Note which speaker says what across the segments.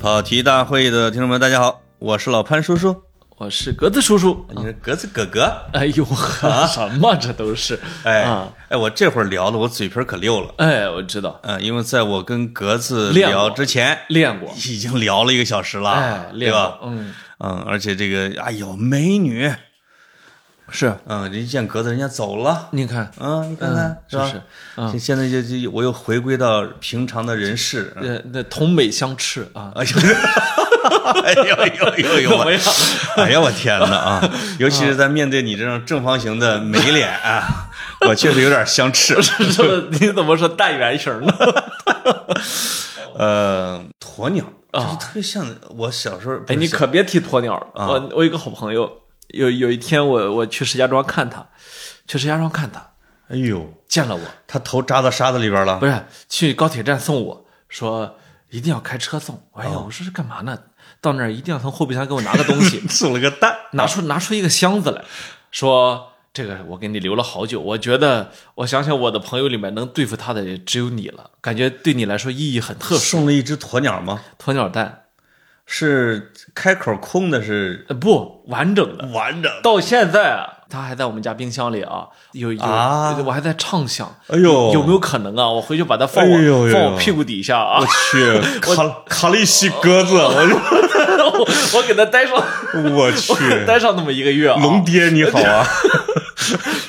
Speaker 1: 跑题大会的听众们，大家好，我是老潘叔叔，
Speaker 2: 我是格子叔叔。
Speaker 1: 你是格子哥哥。
Speaker 2: 哎呦呵，什么这都是？
Speaker 1: 哎、
Speaker 2: 啊
Speaker 1: 哎，我这会儿聊的我嘴皮儿可溜了，
Speaker 2: 哎，我知道，
Speaker 1: 嗯、因为在我跟格子
Speaker 2: 练过
Speaker 1: 聊之前，
Speaker 2: 练过，
Speaker 1: 已经聊了一个小时了，
Speaker 2: 哎，
Speaker 1: 对
Speaker 2: 练
Speaker 1: 吧
Speaker 2: 过，？嗯，
Speaker 1: 嗯，而且这个，哎呦，美女，
Speaker 2: 是，
Speaker 1: 嗯，人见格子人家走了，
Speaker 2: 你看，
Speaker 1: 嗯，你看看、
Speaker 2: 是
Speaker 1: 吧？
Speaker 2: 是嗯
Speaker 1: 现现在就就我又回归到平常的人世，嗯
Speaker 2: 呃，那同美相斥啊，
Speaker 1: 哎呦，哎呦呦呦呦！
Speaker 2: 怎么
Speaker 1: 我
Speaker 2: 样
Speaker 1: 哎呀，我天哪啊！尤其是在面对你这种正方形的美脸啊， 我确实有点相 斥。
Speaker 2: 这么你怎么说带圆形 呢？
Speaker 1: 呃，鸵鸟
Speaker 2: 啊
Speaker 1: 就是特别像我小时候。不
Speaker 2: 哎，
Speaker 1: 是
Speaker 2: 你
Speaker 1: 小
Speaker 2: 可别提鸵鸟了。我我有一个好朋友，有有一天我我去石家庄看他，去石家庄看他，
Speaker 1: 哎呦，
Speaker 2: 见了我，
Speaker 1: 他头扎到沙子里边了，
Speaker 2: 不。是去高铁站送我，说一定要开车送。哎呀，我说是干嘛呢？到那儿一定要从后备箱给我拿个东西
Speaker 1: 送了个蛋，
Speaker 2: 拿出拿出一个箱子来，说这个我给你留了好久，我觉得我想想我的朋友里面能对付他的也只有你了，感觉对你来说意义很 特殊。
Speaker 1: 送了一只鸵鸟吗？
Speaker 2: 鸵鸟蛋，
Speaker 1: 是开口空的，是
Speaker 2: 呃不完整的，
Speaker 1: 完整的。
Speaker 2: 到现在啊，它还在我们家冰箱里啊，有有，
Speaker 1: 啊
Speaker 2: 我还在畅想，
Speaker 1: 哎呦，
Speaker 2: 有没有可能啊？我回去把它放
Speaker 1: 哎呦
Speaker 2: 我
Speaker 1: 呦
Speaker 2: 放我屁股底下啊
Speaker 1: 我，去卡卡利西鸽子？我就
Speaker 2: 我我给它待上，
Speaker 1: 我去
Speaker 2: 我给它待上那么一个月啊，
Speaker 1: 龙爹你好啊！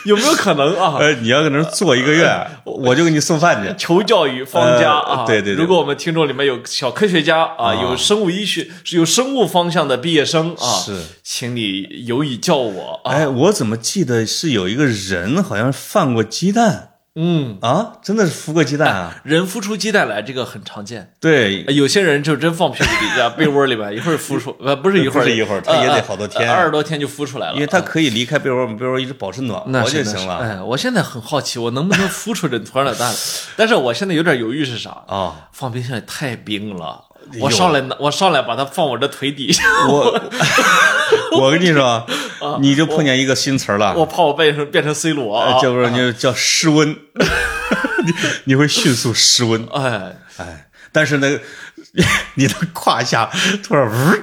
Speaker 2: 有没有可能啊？
Speaker 1: 呃，你要搁那儿坐一个月，
Speaker 2: 呃
Speaker 1: 我就给你送饭去。
Speaker 2: 求教育方家啊，
Speaker 1: 呃对对对
Speaker 2: 如果我们听众里面有小科学家啊，有生物医学、有生物方向的毕业生啊，
Speaker 1: 是，
Speaker 2: 请你有以教我啊。
Speaker 1: 哎，我怎么记得是有一个人好像贩过鸡蛋
Speaker 2: 嗯，
Speaker 1: 啊？真的是孵过鸡蛋啊？
Speaker 2: 人孵出鸡蛋来，这个很常见。
Speaker 1: 对，
Speaker 2: 有些人就真放屁股底下 被窝里边，一会儿孵出，呃，不是一会儿，
Speaker 1: 不是一会儿他也得
Speaker 2: 呃
Speaker 1: 好多天
Speaker 2: 呃二十多天就孵出来了。啊
Speaker 1: 因为它可以离开被窝，我们被窝一直保持暖
Speaker 2: 那
Speaker 1: 和
Speaker 2: 是
Speaker 1: 就
Speaker 2: 那
Speaker 1: 行
Speaker 2: 是
Speaker 1: 了
Speaker 2: 哎，我现在很好奇，我能不能孵出这鸵鸟蛋？ 但是我现在有点犹豫是啥？
Speaker 1: 啊。
Speaker 2: 放冰箱里太冰了，
Speaker 1: 呦
Speaker 2: 我上来拿我上来把它放我这腿底下，
Speaker 1: 我我跟你说，你就碰见一个新词儿了
Speaker 2: 啊我，怕我变成变成 C 罗啊
Speaker 1: 呃！叫不是就叫失温， 你你会迅速失温。
Speaker 2: 哎，
Speaker 1: 哎，但是呢， 你的胯下突然 呜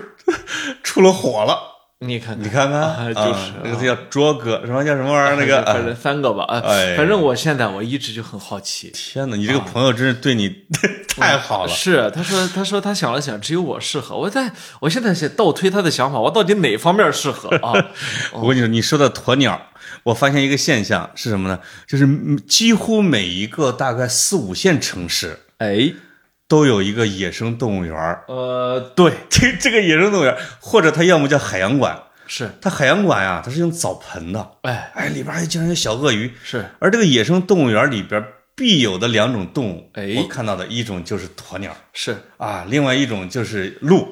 Speaker 1: 出了火了。
Speaker 2: 你看看，
Speaker 1: 你看看，
Speaker 2: 啊就是
Speaker 1: 啊那个叫卓哥，什么叫什么玩意儿？那个，
Speaker 2: 反
Speaker 1: 哎
Speaker 2: 正三个吧，
Speaker 1: 哎
Speaker 2: 哎，反正我现在我一直就很好奇。
Speaker 1: 天哪，你这个朋友真是对你
Speaker 2: 啊
Speaker 1: 太好了。
Speaker 2: 是，他说，他说他想了想，只有我适合。我在我现在是倒推他的想法，我到底哪方面适合 啊？
Speaker 1: 我跟你说，你说到鸵鸟，我发现一个现象是什么呢？就是嗯几乎每一个大概四五线城市
Speaker 2: 哎，
Speaker 1: 都有一个野生动物园儿。
Speaker 2: 呃，对，
Speaker 1: 这这个野生动物园儿，或者它要么叫海洋馆，
Speaker 2: 是，
Speaker 1: 它海洋馆啊呀、它是用澡盆的，
Speaker 2: 哎，
Speaker 1: 哎，里边还经常有小鳄鱼。
Speaker 2: 是，
Speaker 1: 而这个野生动物园里边必有的两种动物，
Speaker 2: 哎
Speaker 1: 我看到的一种就是鸵鸟。
Speaker 2: 是，
Speaker 1: 啊，另外一种就是鹿，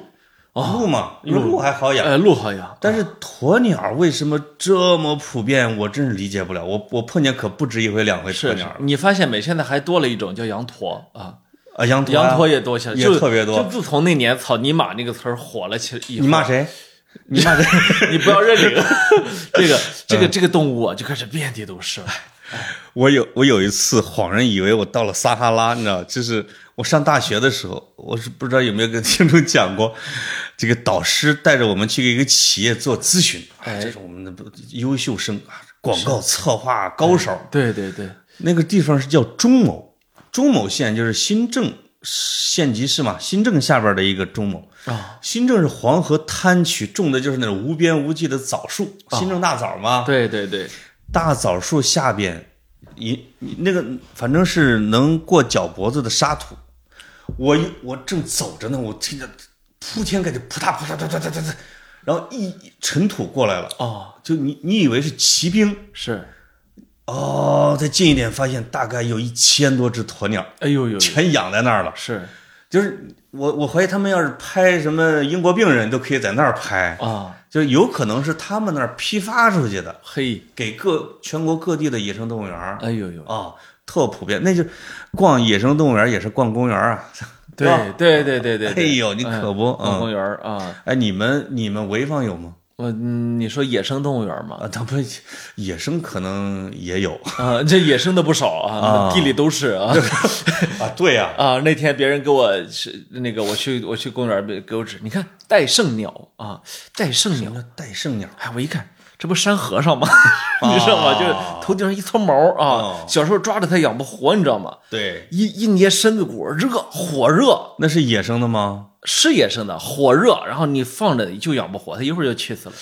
Speaker 1: 鹿嘛，因为鹿还好养。
Speaker 2: 哦呃，陆好养，
Speaker 1: 但是鸵鸟为什么这么普遍？我真是理解不了。我我碰见可不止一回两回鸵
Speaker 2: 是
Speaker 1: 鸟，
Speaker 2: 是你发现没？现在还多了一种叫羊驼啊，
Speaker 1: 啊，羊驼啊，
Speaker 2: 羊驼也多起来，
Speaker 1: 也
Speaker 2: 就
Speaker 1: 特别多
Speaker 2: 就自从那年“草泥马”那个词儿火了起，以后
Speaker 1: 你骂谁？你骂谁？
Speaker 2: 你不要认领嗯这个这个这个动物啊，就开始遍地都是了。
Speaker 1: 我有我有一次恍然以为我到了撒哈拉，你知道，就是我上大学的时候，我是不知道有没有跟听众讲过，这个导师带着我们去一个企业做咨询，啊，
Speaker 2: 哎
Speaker 1: 这是我们的优秀生啊，广告策划高手，
Speaker 2: 对对对，
Speaker 1: 那个地方是叫中牟，中牟县就是新郑县级市嘛，新郑下边的一个中牟。
Speaker 2: 啊，
Speaker 1: 新郑是黄河滩区，种的就是那种无边无际的枣树，新郑大枣嘛。
Speaker 2: 啊对对对，
Speaker 1: 大枣树下边，一那个反正是能过脚脖子的沙土。我一我正走着呢，我听着铺天盖地扑嗒扑嗒扑嗒扑嗒扑嗒，然后一一尘土过来了。
Speaker 2: 哦，
Speaker 1: 就你你以为是骑兵
Speaker 2: 是，
Speaker 1: 哦，再近一点发现大概有一千多只鸵鸟。
Speaker 2: 哎呦呦呦，
Speaker 1: 全养在那儿了。
Speaker 2: 是
Speaker 1: 就是我我怀疑他们要是拍什么英国病人都可以在那儿拍，
Speaker 2: 啊，
Speaker 1: 就是有可能是他们那儿批发出去的，
Speaker 2: 嘿，
Speaker 1: 给各全国各地的野生动物园儿
Speaker 2: 哎呦呦，
Speaker 1: 啊，特普遍。那就逛野生动物园儿也是逛公园儿啊。
Speaker 2: 对对对对对，
Speaker 1: 哎
Speaker 2: 对
Speaker 1: 呦，你可不
Speaker 2: 嗯公
Speaker 1: 嗯。
Speaker 2: 园儿啊，
Speaker 1: 哎，你们你们潍坊有吗？
Speaker 2: 我嗯你说野生动物园吗？
Speaker 1: 啊，它不野生可能也有
Speaker 2: 啊，这野生的不少啊，地里都是啊。
Speaker 1: 啊，对呀、
Speaker 2: 啊，那天别人给我是那个，我去我去公园儿给我指，你看戴胜鸟啊，戴胜鸟，
Speaker 1: 那戴胜鸟
Speaker 2: 哎，我一看这不山和尚吗？ 你知道吗？就是
Speaker 1: 哦
Speaker 2: 头顶上一撮毛儿啊，小时候抓着它养不活，你知道吗？
Speaker 1: 对，
Speaker 2: 一一捏身子骨，热火热
Speaker 1: 那是野生的吗？
Speaker 2: 是野生的，火热，然后你放着就养不活，它一会儿就气死了，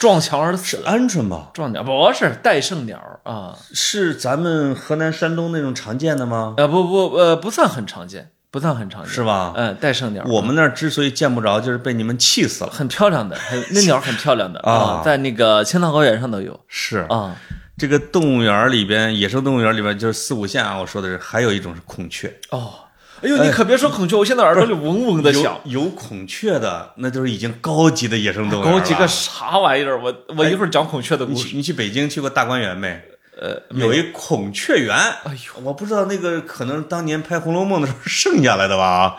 Speaker 2: 撞墙而死了。
Speaker 1: 鹌鹑吧，
Speaker 2: 撞鸟不是戴胜鸟啊，
Speaker 1: 是咱们河南、山东那种常见的吗？
Speaker 2: 呃不不呃不算很常见，不算很常见，
Speaker 1: 是吧？
Speaker 2: 嗯，戴胜鸟，
Speaker 1: 我们那儿之所以见不着，就是被你们气死了。
Speaker 2: 很漂亮的，很那鸟很漂亮的
Speaker 1: 啊
Speaker 2: 在那个青藏高原上都有
Speaker 1: 是
Speaker 2: 啊。
Speaker 1: 这个动物园里边，野生动物园里边就是四五线啊，我说的是，还有一种是孔雀，
Speaker 2: 哦，哎呦，你可别说孔雀，我现在耳朵里嗡嗡的响
Speaker 1: 有，有孔雀的，那就是已经高级的野生动物园
Speaker 2: 搞
Speaker 1: 了。
Speaker 2: 几个啥玩意儿？我我一会儿讲孔雀的故
Speaker 1: 你
Speaker 2: 事。
Speaker 1: 去你去北京去过大观园没？
Speaker 2: 呃，
Speaker 1: 有一孔雀园，哎呦，我不知道那个可能当年拍《红楼梦》的时候剩下来的吧啊，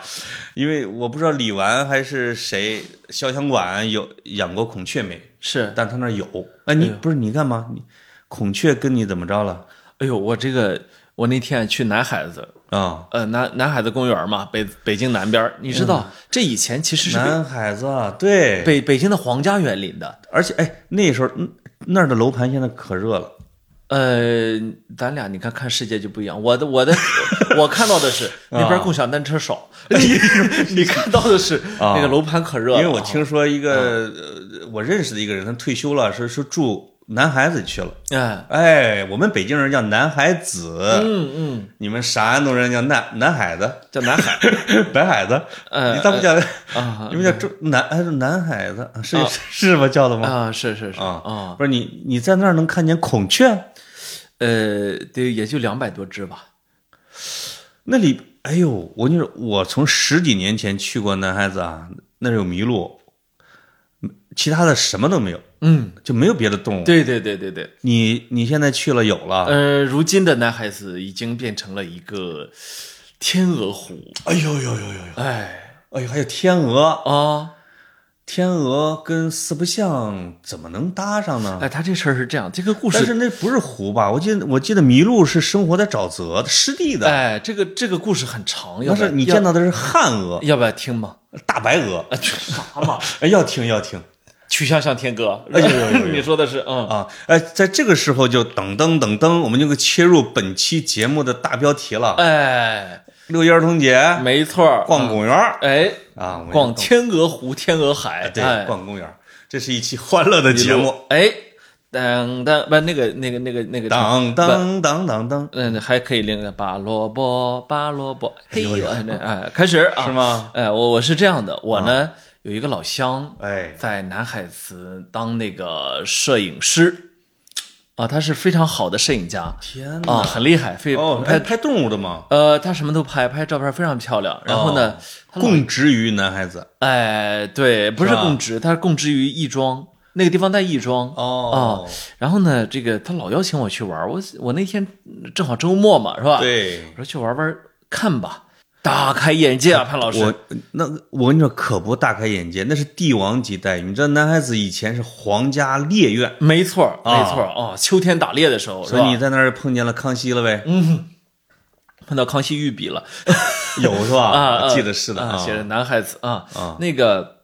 Speaker 1: 因为我不知道李纨还是谁，潇湘馆有养过孔雀没？
Speaker 2: 是，
Speaker 1: 但他那儿有。哎，你
Speaker 2: 哎呦
Speaker 1: 不是你干嘛？你孔雀跟你怎么着了？
Speaker 2: 哎呦，我这个我那天去南海子，
Speaker 1: 啊、
Speaker 2: 呃，南南海子公园嘛，北北京南边儿，你知道，这以前其实是
Speaker 1: 嗯南海子啊，对，
Speaker 2: 北北京的皇家园林的。
Speaker 1: 而且哎，那时候嗯那儿的楼盘现在可热了，
Speaker 2: 呃，咱俩你看看世界就不一样。我的我的我看到 的是那
Speaker 1: 啊
Speaker 2: 边共享单车少， 你你看到的是那个楼盘可热
Speaker 1: 啊因
Speaker 2: 了，啊
Speaker 1: 为我听说一个、呃我认识的一个人，他退休了，是是住南海子去了。
Speaker 2: 哎，
Speaker 1: 哎，我们北京人叫南海子，
Speaker 2: 嗯嗯，
Speaker 1: 你们陕安东人叫南南海子、
Speaker 2: 叫 南 海
Speaker 1: 白海子，
Speaker 2: 呃
Speaker 1: 你咋不叫？
Speaker 2: 啊
Speaker 1: 你们叫中南还是南海子？是、
Speaker 2: 啊
Speaker 1: 是这么叫的吗？
Speaker 2: 啊，是是是
Speaker 1: 啊
Speaker 2: 啊，
Speaker 1: 不是你你在那儿能看见孔雀？
Speaker 2: 呃，对，也就两百多只吧。
Speaker 1: 那里，哎呦，我跟你说，我从十几年前去过南海子啊，那儿有麋鹿，其他的什么都没有，
Speaker 2: 嗯，
Speaker 1: 就没有别的动物。
Speaker 2: 对对对对对，
Speaker 1: 你你现在去了有了，
Speaker 2: 呃，如今的男孩子已经变成了一个天鹅湖，
Speaker 1: 哎呦呦呦呦呦，
Speaker 2: 哎
Speaker 1: 哎呦，还有天鹅，
Speaker 2: 啊，
Speaker 1: 天鹅跟四不像怎么能搭上呢？
Speaker 2: 哎，他这事儿是这样，这个故
Speaker 1: 但
Speaker 2: 事，
Speaker 1: 是那不是湖吧？我记得我记得麋鹿是生活在沼泽的湿地的，
Speaker 2: 哎，这个这个故事很长，
Speaker 1: 但
Speaker 2: 要不
Speaker 1: 是
Speaker 2: 然
Speaker 1: 你
Speaker 2: 要
Speaker 1: 见到的是旱鹅、
Speaker 2: 要不要听吗？
Speaker 1: 大白鹅。
Speaker 2: 啊，这啥 嘛？
Speaker 1: 哎，要听要听
Speaker 2: 曲项向天歌，
Speaker 1: 哎呦呦呦呦
Speaker 2: 你说的是嗯，
Speaker 1: 啊！哎，在这个时候就噔噔噔噔，我们就切入本期节目的大标题了。
Speaker 2: 哎，
Speaker 1: 六一儿童节，
Speaker 2: 没错儿，
Speaker 1: 逛公园儿
Speaker 2: 哎，
Speaker 1: 啊，我
Speaker 2: 逛天鹅湖、天鹅海，哎
Speaker 1: 对，逛公园儿，这是一期欢乐的节目。，
Speaker 2: 哎，当当不那个那个那个那个，
Speaker 1: 当当当当当，
Speaker 2: 嗯，还可以另一个拔萝卜，拔萝卜，嘿
Speaker 1: 呦呦
Speaker 2: 呦，哎那哎，开始啊，
Speaker 1: 是？吗？啊
Speaker 2: 哎，我我是这样的，我呢有一个老乡
Speaker 1: 哎，
Speaker 2: 在南海祠当那个摄影师，啊，他是非常好的摄影家，
Speaker 1: 天
Speaker 2: 啊，
Speaker 1: 哪！
Speaker 2: 很厉害，非
Speaker 1: 哦，拍
Speaker 2: 拍
Speaker 1: 拍动物的吗？
Speaker 2: 呃，他什么都拍，拍照片非常漂
Speaker 1: 哦
Speaker 2: 亮。然后呢，他老
Speaker 1: 供职于男孩子。
Speaker 2: 哎，对，不是
Speaker 1: 是吧
Speaker 2: 供职，他是供职于亦庄那个地方在亦庄。啊
Speaker 1: 哦，
Speaker 2: 然后呢，这个他老邀请我去玩儿，我我那天正好周末嘛，是吧？，
Speaker 1: 对，
Speaker 2: 我说去玩玩看吧，大开眼界啊，潘老师
Speaker 1: 我。那我跟你说，可不大开眼界，那是帝王级待遇。你知道，男孩子以前是皇家猎院，
Speaker 2: 没错儿，
Speaker 1: 啊
Speaker 2: 没错儿哦，秋天打猎的时候，是
Speaker 1: 所以
Speaker 2: 吧嗯
Speaker 1: 你在那儿碰见了康熙了呗？
Speaker 2: 碰到康熙御笔了
Speaker 1: 有是
Speaker 2: 啊，
Speaker 1: 吧？
Speaker 2: 啊
Speaker 1: 记得是的
Speaker 2: 啊，写着男孩子啊
Speaker 1: 啊，
Speaker 2: 那个，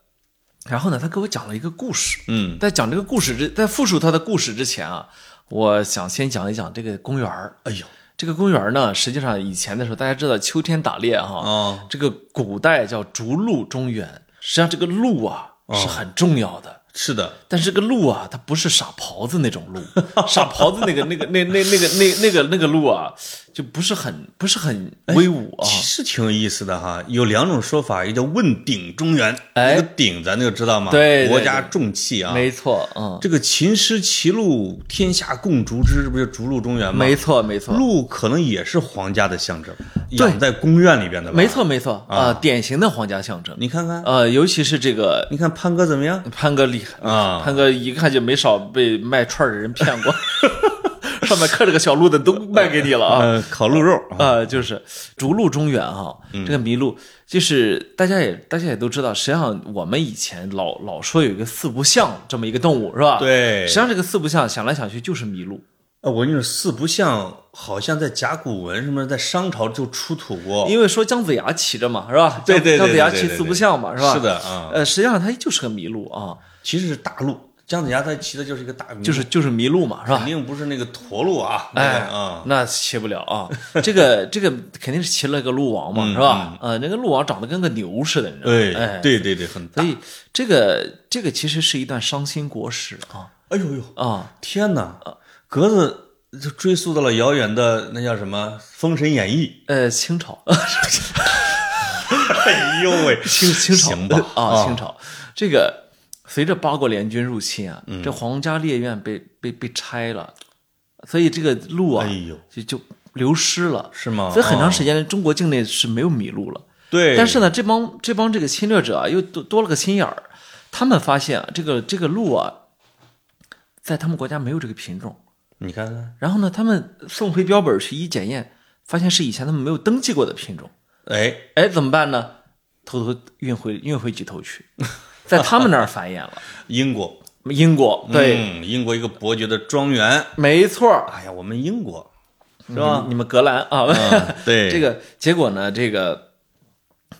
Speaker 2: 然后呢，他给我讲了一个故事，
Speaker 1: 嗯，
Speaker 2: 在讲这个故事之，在复述他的故事之前啊，我想先讲一讲这个公园儿。
Speaker 1: 哎呦，
Speaker 2: 这个公园儿呢，实际上以前的时候，大家知道秋天打猎哈、
Speaker 1: 哦
Speaker 2: 这个古代叫逐鹿中原。实际上这个鹿啊、
Speaker 1: 哦
Speaker 2: 是很重要的，
Speaker 1: 是的，
Speaker 2: 但是这个鹿啊，它不是傻狍子那种鹿， 傻狍子那个那个那那那个那那个那个鹿啊，就不是很不是很威武啊。
Speaker 1: 其实哦挺有意思的哈。有两种说法，一个叫问鼎中原，那
Speaker 2: 哎
Speaker 1: 个鼎咱就知道嘛，
Speaker 2: 对对
Speaker 1: 国家重器啊。
Speaker 2: 没错，嗯，
Speaker 1: 这个秦师其鹿，天下共逐之，这不就逐鹿中原吗？
Speaker 2: 没错，没错，
Speaker 1: 鹿可能也是皇家的象征，养在宫院里边的吧。
Speaker 2: 没，错，没错啊，典型的皇家象征。
Speaker 1: 你看看，
Speaker 2: 呃，尤其是这个
Speaker 1: 你看潘哥怎么样
Speaker 2: 潘哥厉害
Speaker 1: 啊
Speaker 2: 潘哥一看就没少被卖串儿的人骗过， 上面刻着个小鹿的都卖给你了啊。
Speaker 1: 呃，烤鹿肉啊，
Speaker 2: 呃，就是逐鹿中原哈、
Speaker 1: 嗯
Speaker 2: 这个麋鹿就是大家也大家也都知道，实际上我们以前老老说有一个四不像这么一个动物是吧？
Speaker 1: 对
Speaker 2: 实际上这个四不像想来想去就是麋鹿，
Speaker 1: 呃我跟你说，四不像好像在甲骨文什么，在商朝就出土过，
Speaker 2: 因为说姜子牙骑着嘛是吧？
Speaker 1: 哦对对对
Speaker 2: 姜姜子牙
Speaker 1: 对对
Speaker 2: 骑
Speaker 1: 对
Speaker 2: 四不像嘛是吧？
Speaker 1: 是的啊
Speaker 2: 呃，实际上它就是个麋鹿啊，
Speaker 1: 其实是大鹿。姜子牙他骑的就是一个大麋鹿，
Speaker 2: 就是就是麋鹿嘛是
Speaker 1: 嗯
Speaker 2: 吧
Speaker 1: 肯？定不是那个驼鹿啊，那
Speaker 2: 啊哎
Speaker 1: 个啊，
Speaker 2: 那骑不了啊！这个这个肯定是骑了个鹿王嘛，是吧？呃，那个鹿王长得跟个牛似的，你知道吗？
Speaker 1: 哎
Speaker 2: 哎，，
Speaker 1: 嗯对对对，很大
Speaker 2: 所。以这个这个其实是一段伤心国史啊
Speaker 1: 哎呦呦，
Speaker 2: 啊！
Speaker 1: 天哪！格子就追溯到了遥远的那叫什么《封神演义
Speaker 2: 呃，清朝，》。
Speaker 1: 哎呦喂，
Speaker 2: 清清朝
Speaker 1: 行吧
Speaker 2: 呃
Speaker 1: 啊
Speaker 2: 啊，清朝这个随着八国联军入侵啊，
Speaker 1: 嗯
Speaker 2: 这皇家猎院被被被拆了，所以这个鹿啊
Speaker 1: 哎呦，
Speaker 2: 就就流失了，
Speaker 1: 是吗？
Speaker 2: 所以很长
Speaker 1: 啊
Speaker 2: 时间中国境内是没有麋鹿了。
Speaker 1: 对，
Speaker 2: 但是呢，这帮这帮这个侵略者啊，又多多了个心眼儿，他们发现啊，这个这个鹿啊，在他们国家没有这个品种。
Speaker 1: 你看看，
Speaker 2: 然后呢，他们送回标本去一检验，发现是以前他们没有登记过的品种。
Speaker 1: 哎，
Speaker 2: 哎，怎么办呢？偷偷运回运回几头去，在他们那儿繁衍了。
Speaker 1: 英国，
Speaker 2: 英国对，
Speaker 1: 嗯，英国一个伯爵的庄园。
Speaker 2: 没错儿，
Speaker 1: 哎呀，我们英 国，
Speaker 2: 是吧？你们格兰啊，
Speaker 1: 嗯对，
Speaker 2: 这个结果呢，这个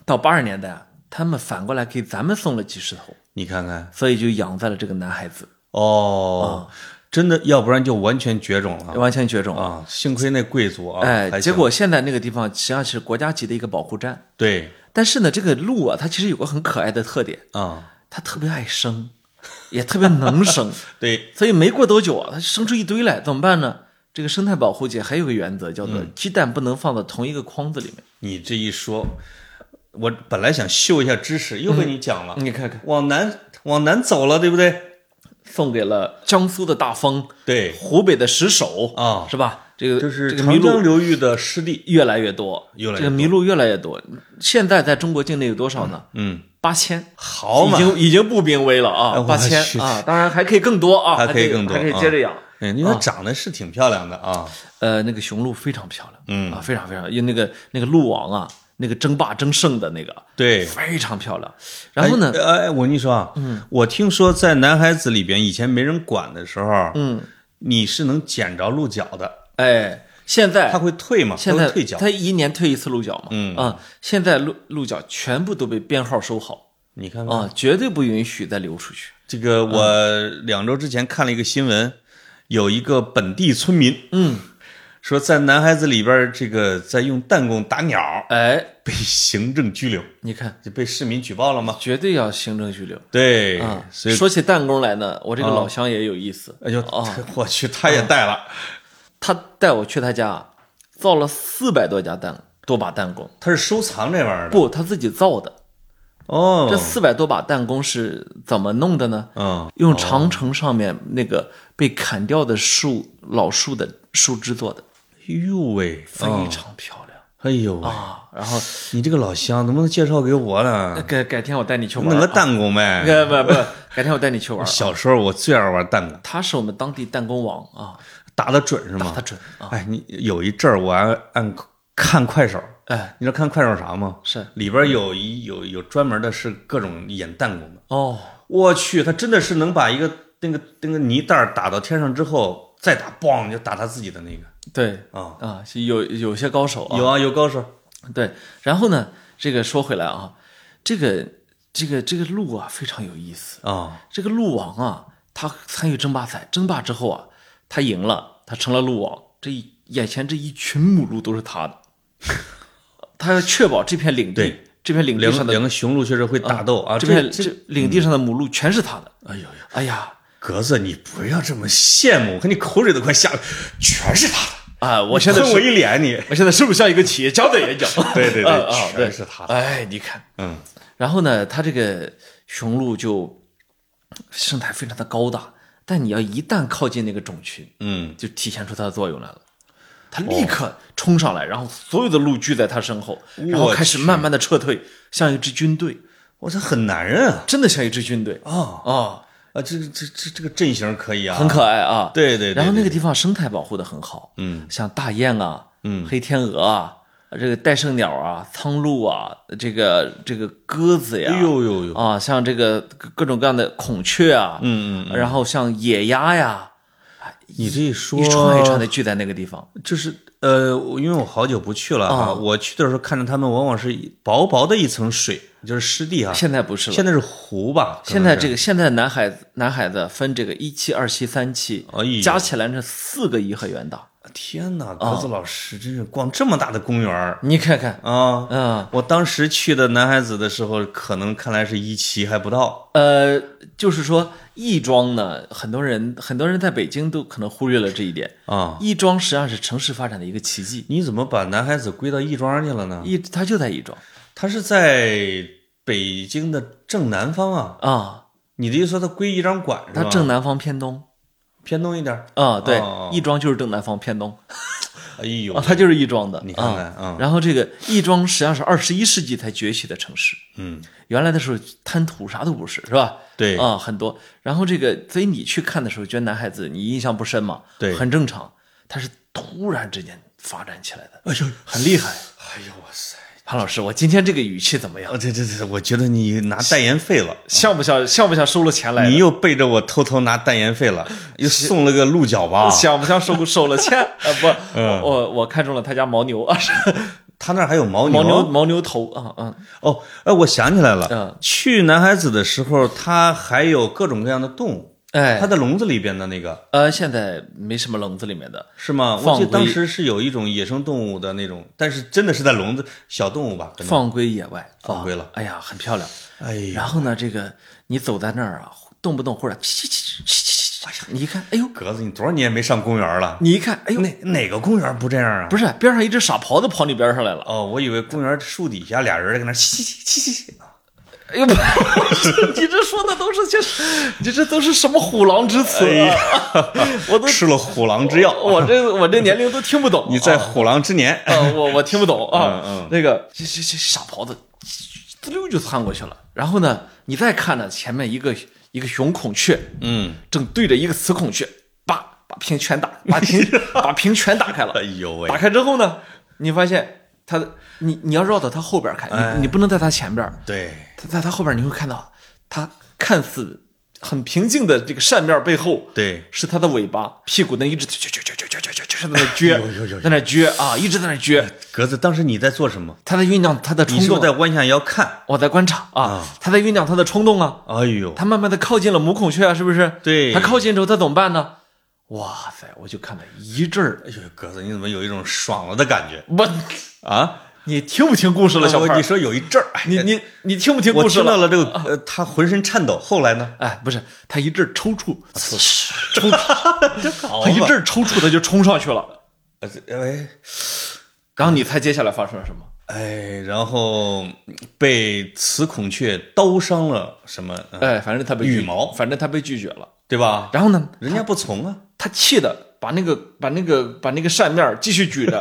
Speaker 2: 到八十年代啊，他们反过来给咱们送了几十头。
Speaker 1: 你看看，
Speaker 2: 所以就养在了这个男孩子，
Speaker 1: 哦，
Speaker 2: 啊
Speaker 1: 真的，要不然就完全绝种了
Speaker 2: 完全绝种。
Speaker 1: 啊！幸亏那贵族啊，还
Speaker 2: 哎，
Speaker 1: 行
Speaker 2: 结果现在那个地方实际上是国家级的一个保护站，
Speaker 1: 对
Speaker 2: 但是呢，这个鹿啊，它其实有个很可爱的特点，
Speaker 1: 啊，
Speaker 2: 它特别爱生，也特别能生，
Speaker 1: 对，
Speaker 2: 所以没过多久啊，它生出一堆来，怎么办呢？这个生态保护界还有个原则，叫
Speaker 1: 嗯
Speaker 2: 做鸡蛋不能放在同一个筐子里面。
Speaker 1: 你这一说，我本来想秀一下知识，
Speaker 2: 嗯
Speaker 1: 又被你讲了。
Speaker 2: 你看看，
Speaker 1: 往南往南走了，对不对？
Speaker 2: 送给了江苏的大风，
Speaker 1: 对，
Speaker 2: 湖北的石首
Speaker 1: 啊
Speaker 2: 是吧？这个
Speaker 1: 就是
Speaker 2: 这个麋
Speaker 1: 长
Speaker 2: 鹿
Speaker 1: 江流域的湿地。
Speaker 2: 越来越多，
Speaker 1: 越来越
Speaker 2: 这个麋鹿越来越多。现在在中国境内有多少呢？
Speaker 1: 嗯，
Speaker 2: 八千。
Speaker 1: 好
Speaker 2: 已
Speaker 1: 嘛，
Speaker 2: 经已经不濒危了
Speaker 1: 哎
Speaker 2: 啊，
Speaker 1: 我
Speaker 2: 八千
Speaker 1: 去
Speaker 2: 啊，当然还可以更多啊，
Speaker 1: 还可以
Speaker 2: 得
Speaker 1: 更多
Speaker 2: 还可以
Speaker 1: 啊
Speaker 2: 接着养。
Speaker 1: 嗯，因为它长得是挺漂亮的啊。
Speaker 2: 呃，那个雄鹿非常漂亮，
Speaker 1: 嗯
Speaker 2: 啊，非常非常，因为那个那个鹿王啊，那个争霸争胜的那个
Speaker 1: 对，
Speaker 2: 非常漂亮。然后呢
Speaker 1: 哎，，哎，我跟你说啊，嗯，我听说在男孩子里边，以前没人管的时候，
Speaker 2: 嗯，
Speaker 1: 你是能捡着鹿角的，
Speaker 2: 哎，现
Speaker 1: 它
Speaker 2: 在
Speaker 1: 会退嘛，
Speaker 2: 现
Speaker 1: 它
Speaker 2: 在
Speaker 1: 呃会退角。
Speaker 2: 它一年退一次鹿角嘛，
Speaker 1: 嗯
Speaker 2: 啊，现在鹿鹿角全部都被编号收好
Speaker 1: 你看看，
Speaker 2: 啊，绝对不允许再流出去。
Speaker 1: 这个我
Speaker 2: 嗯
Speaker 1: 两周之前看了一个新闻，有一个本地村民，
Speaker 2: 嗯，
Speaker 1: 说在男孩子里边儿，这个在用弹弓打鸟，
Speaker 2: 哎，
Speaker 1: 被行政拘留，
Speaker 2: 你看，
Speaker 1: 就被市民举报了吗？
Speaker 2: 绝对要行政拘留。
Speaker 1: 对，
Speaker 2: 啊，
Speaker 1: 哎所以啊
Speaker 2: 说起弹弓来呢，我这个老乡也有意思，
Speaker 1: 哎呦，我去，他也带了，
Speaker 2: 啊他带我去他家，造了四百多家弹多把弹弓，
Speaker 1: 他是收藏这玩意儿的
Speaker 2: 不，他自己造的。这
Speaker 1: 哦，
Speaker 2: 四百多把弹弓是怎么弄的呢？
Speaker 1: 嗯，
Speaker 2: 用长城上面那个被砍掉的树老树的树枝做的，
Speaker 1: 哎呦喂，
Speaker 2: 非
Speaker 1: 啊
Speaker 2: 常漂亮
Speaker 1: 哎呦喂，
Speaker 2: 啊！然后
Speaker 1: 你这个老乡能不能介绍给我呢？
Speaker 2: 改改天我啊带你去玩
Speaker 1: 弄个
Speaker 2: 儿，
Speaker 1: 弹弓呗。
Speaker 2: 呃不不，改天我带你去玩儿。
Speaker 1: 小时候我最爱玩弹弓，
Speaker 2: 他是我们当地弹弓王啊，
Speaker 1: 打得准是吗
Speaker 2: 他？准啊，
Speaker 1: 哎，你有一阵儿我按按看快手，
Speaker 2: 哎
Speaker 1: 你知道看快手啥吗？
Speaker 2: 是
Speaker 1: 里边有一有有专门的是各种演弹弓的。
Speaker 2: 哦，
Speaker 1: 我去，他真的是能把一个那个那个泥袋儿打到天上之后，再打嘣就打他自己的那个
Speaker 2: 对
Speaker 1: 啊。
Speaker 2: 啊，是有有些高手啊，
Speaker 1: 有啊，有高手。
Speaker 2: 对，然后呢，这个说回来啊，这个这个这个鹿啊非常有意思。
Speaker 1: 啊，
Speaker 2: 这个鹿王啊，他参与争霸赛，争霸之后啊，他赢了，他成了鹿王。这一眼前这一群母鹿都是他的，他要确保这片领地
Speaker 1: 对，
Speaker 2: 这片领地
Speaker 1: 两
Speaker 2: 上
Speaker 1: 个
Speaker 2: 的
Speaker 1: 两个雄鹿确实会打斗啊。
Speaker 2: 这片
Speaker 1: 这，
Speaker 2: 这领地上的母鹿全是他的。
Speaker 1: 哎呦呦，
Speaker 2: 哎呀，
Speaker 1: 格子，你不要这么羡慕，我看你口水都快下来，全是他的。
Speaker 2: 啊，我现在
Speaker 1: 喷我
Speaker 2: 是，
Speaker 1: 一脸你。
Speaker 2: 我现在是不是像一个企业家的演讲？
Speaker 1: 对对对
Speaker 2: 啊啊
Speaker 1: 全
Speaker 2: 对，
Speaker 1: 是他的
Speaker 2: 哎，你看，
Speaker 1: 嗯，
Speaker 2: 然后呢，它这个雄鹿就生态非常的高大，但你要一旦靠近那个种群，
Speaker 1: 嗯，
Speaker 2: 就体现出它的作用来了。它立刻冲上来，然后所有的鹿聚在它身后，然后开始慢慢的撤退，像一支军队，
Speaker 1: 我操，很男人啊。
Speaker 2: 真的像一支军队啊
Speaker 1: 啊，
Speaker 2: 啊！
Speaker 1: 啊，这个这这这个阵型可以啊，
Speaker 2: 很可爱啊。
Speaker 1: 对对对
Speaker 2: 然后那
Speaker 1: 对
Speaker 2: 个地方生态保护的很好，
Speaker 1: 嗯
Speaker 2: 像大雁啊，
Speaker 1: 嗯
Speaker 2: 黑天鹅啊，这个戴胜鸟啊，苍鹭啊，这个这个鸽子呀，
Speaker 1: 哎呦呦呦，
Speaker 2: 啊，像这个各各种各样的孔雀啊，
Speaker 1: 嗯嗯，
Speaker 2: 然后像野鸭呀，
Speaker 1: 你这一说
Speaker 2: 一串一串的聚在那个地方，
Speaker 1: 就是呃，我因为我好久不去了哈，
Speaker 2: 啊
Speaker 1: 我去的时候看着他们往往是一薄薄的一层水，就是湿地啊。
Speaker 2: 现在不是了。
Speaker 1: 现在是湖吧？可
Speaker 2: 现
Speaker 1: 能
Speaker 2: 在
Speaker 1: 是
Speaker 2: 这个现在男孩子男孩子分这个一期、二期、三期
Speaker 1: 哎呦，
Speaker 2: 加起来是四个哦颐和园大。
Speaker 1: 天哪，格子老师真是逛这么大的公园儿
Speaker 2: 你看看，
Speaker 1: 啊！
Speaker 2: 嗯，
Speaker 1: 我当时去的男孩子的时候，可能看来是一期还不到。
Speaker 2: 呃，就是说亦庄呢，很多人很多人在北京都可能忽略了这一点
Speaker 1: 啊。
Speaker 2: 亦庄实际上是城市发展的一个奇迹，
Speaker 1: 你怎么把男孩子归到亦庄去了呢？
Speaker 2: 亦它就在亦庄
Speaker 1: 他是在北京的正南方啊。
Speaker 2: 啊，
Speaker 1: 你的意思说他归亦庄管是吧？
Speaker 2: 它正南方偏东
Speaker 1: 偏东一点儿。
Speaker 2: 啊，对
Speaker 1: 哦，
Speaker 2: 亦庄就是正南方偏东
Speaker 1: 哎呦
Speaker 2: 啊，，它就是亦庄的。
Speaker 1: 你看看
Speaker 2: 啊
Speaker 1: 啊
Speaker 2: 然后这个亦庄实际上是二十一世纪才崛起的城市，
Speaker 1: 嗯，
Speaker 2: 原来的时候滩涂啥都不是，是吧？
Speaker 1: 对
Speaker 2: 啊、很多。然后这个，所以你去看的时候，觉得男孩子你印象不深嘛？
Speaker 1: 对
Speaker 2: 很正常。他是突然之间发展起来的，哎呦，很厉害。
Speaker 1: 哎呦哇塞！
Speaker 2: 潘老师，我今天这个语气怎么样？
Speaker 1: 哦，这这这，我觉得你拿代言费了，
Speaker 2: 像不像？像不像收了钱来的？
Speaker 1: 你又背着我偷偷拿代言费了，又送了个鹿角吧？
Speaker 2: 像不像收收了钱？呃， 不，
Speaker 1: 嗯
Speaker 2: 我我我看中了他家牦牛啊，是
Speaker 1: 他那儿还有牦
Speaker 2: 牦牛牦牛头啊啊
Speaker 1: 哦，哎，我想起来了
Speaker 2: 嗯，
Speaker 1: 去男孩子的时候，他还有各种各样的动物，他
Speaker 2: 哎，
Speaker 1: 在笼子里边的那个
Speaker 2: 呃，现在没什么笼子里面的，
Speaker 1: 是吗？我
Speaker 2: 放
Speaker 1: 记得当
Speaker 2: 归
Speaker 1: 时是有一种野生动物的那种，但是真的是在笼子小动物吧？可能
Speaker 2: 放归野外，
Speaker 1: 放归了
Speaker 2: 啊哎呀，很漂亮。
Speaker 1: 哎呀，
Speaker 2: 然后呢，这个你走在那儿啊，动不动忽然噼噼噼噼噼， 你一看，哎呦，
Speaker 1: 格子，你多少年没上公园了？
Speaker 2: 你一看，哎呦，
Speaker 1: 哪哪个公园不这样啊？
Speaker 2: 不
Speaker 1: 是
Speaker 2: 是边上一只傻狍子跑你边上来了，
Speaker 1: 哦，我以为公园树底下俩人在那儿嘻嘻嘻嘻嘻。
Speaker 2: 哎 呦，不是你这说的都是些，你这都是什么虎狼之词
Speaker 1: 哎
Speaker 2: 啊？ 我都
Speaker 1: 吃了虎狼之 药，
Speaker 2: 我这我这年龄都听不懂啊，
Speaker 1: 你在虎狼之年，
Speaker 2: 啊，我我听不懂
Speaker 1: 嗯
Speaker 2: 啊。
Speaker 1: 嗯
Speaker 2: 那个这这这傻狍子，滋溜就窜过去了。然后呢，你再看呢，前面一个一个雄孔雀，
Speaker 1: 嗯，
Speaker 2: 正对着一个雌孔雀，叭把屏全打，把 屏把屏全打开了
Speaker 1: 哎。呦喂
Speaker 2: 打，开之后呢，你发现它的，你你要绕到它后边看，
Speaker 1: 哎
Speaker 2: 你你不能在它前边儿，
Speaker 1: 对，
Speaker 2: 它在它后边你会看到，它看似很平静的这个扇面背后，
Speaker 1: 对
Speaker 2: 是它的尾巴、屁股那一直撅撅撅撅撅撅撅撅在那撅，在那撅啊，一直在那撅，
Speaker 1: 格子，当时你在做什么？
Speaker 2: 它在酝酿它的
Speaker 1: 你
Speaker 2: 冲
Speaker 1: 是不是
Speaker 2: 动，
Speaker 1: 在弯下腰看？
Speaker 2: 我在观察啊，它在酝酿它的冲动啊，
Speaker 1: 哎呦，
Speaker 2: 它慢慢的靠近了母孔雀啊，是不是？
Speaker 1: 对
Speaker 2: 它靠近之后，它怎么办呢？哇塞，我就看了一阵儿，
Speaker 1: 哎呦，格子，你怎么有一种爽了的感觉
Speaker 2: 我，
Speaker 1: 啊？
Speaker 2: 你听不听故事了，小
Speaker 1: 我
Speaker 2: 胖
Speaker 1: 你？说有一阵儿，哎
Speaker 2: 你你你听不听
Speaker 1: 我
Speaker 2: 故事
Speaker 1: 听到
Speaker 2: 了？
Speaker 1: 了这个，呃，他浑身颤抖。后来呢？
Speaker 2: 哎，不是，他一阵儿抽搐，抽搐，
Speaker 1: 啊 真好啊
Speaker 2: 他一阵儿抽搐，他就冲上去了。
Speaker 1: 呃哎
Speaker 2: 然后你猜接下来发生了什么？
Speaker 1: 哎，然后被雌孔雀刀伤了什么？嗯
Speaker 2: 哎，反正他被拒
Speaker 1: 羽毛
Speaker 2: 反正他被拒绝了。
Speaker 1: 对吧？
Speaker 2: 然后呢，
Speaker 1: 人家不从啊，
Speaker 2: 他气的把那个把那个把那个扇面继续 举着，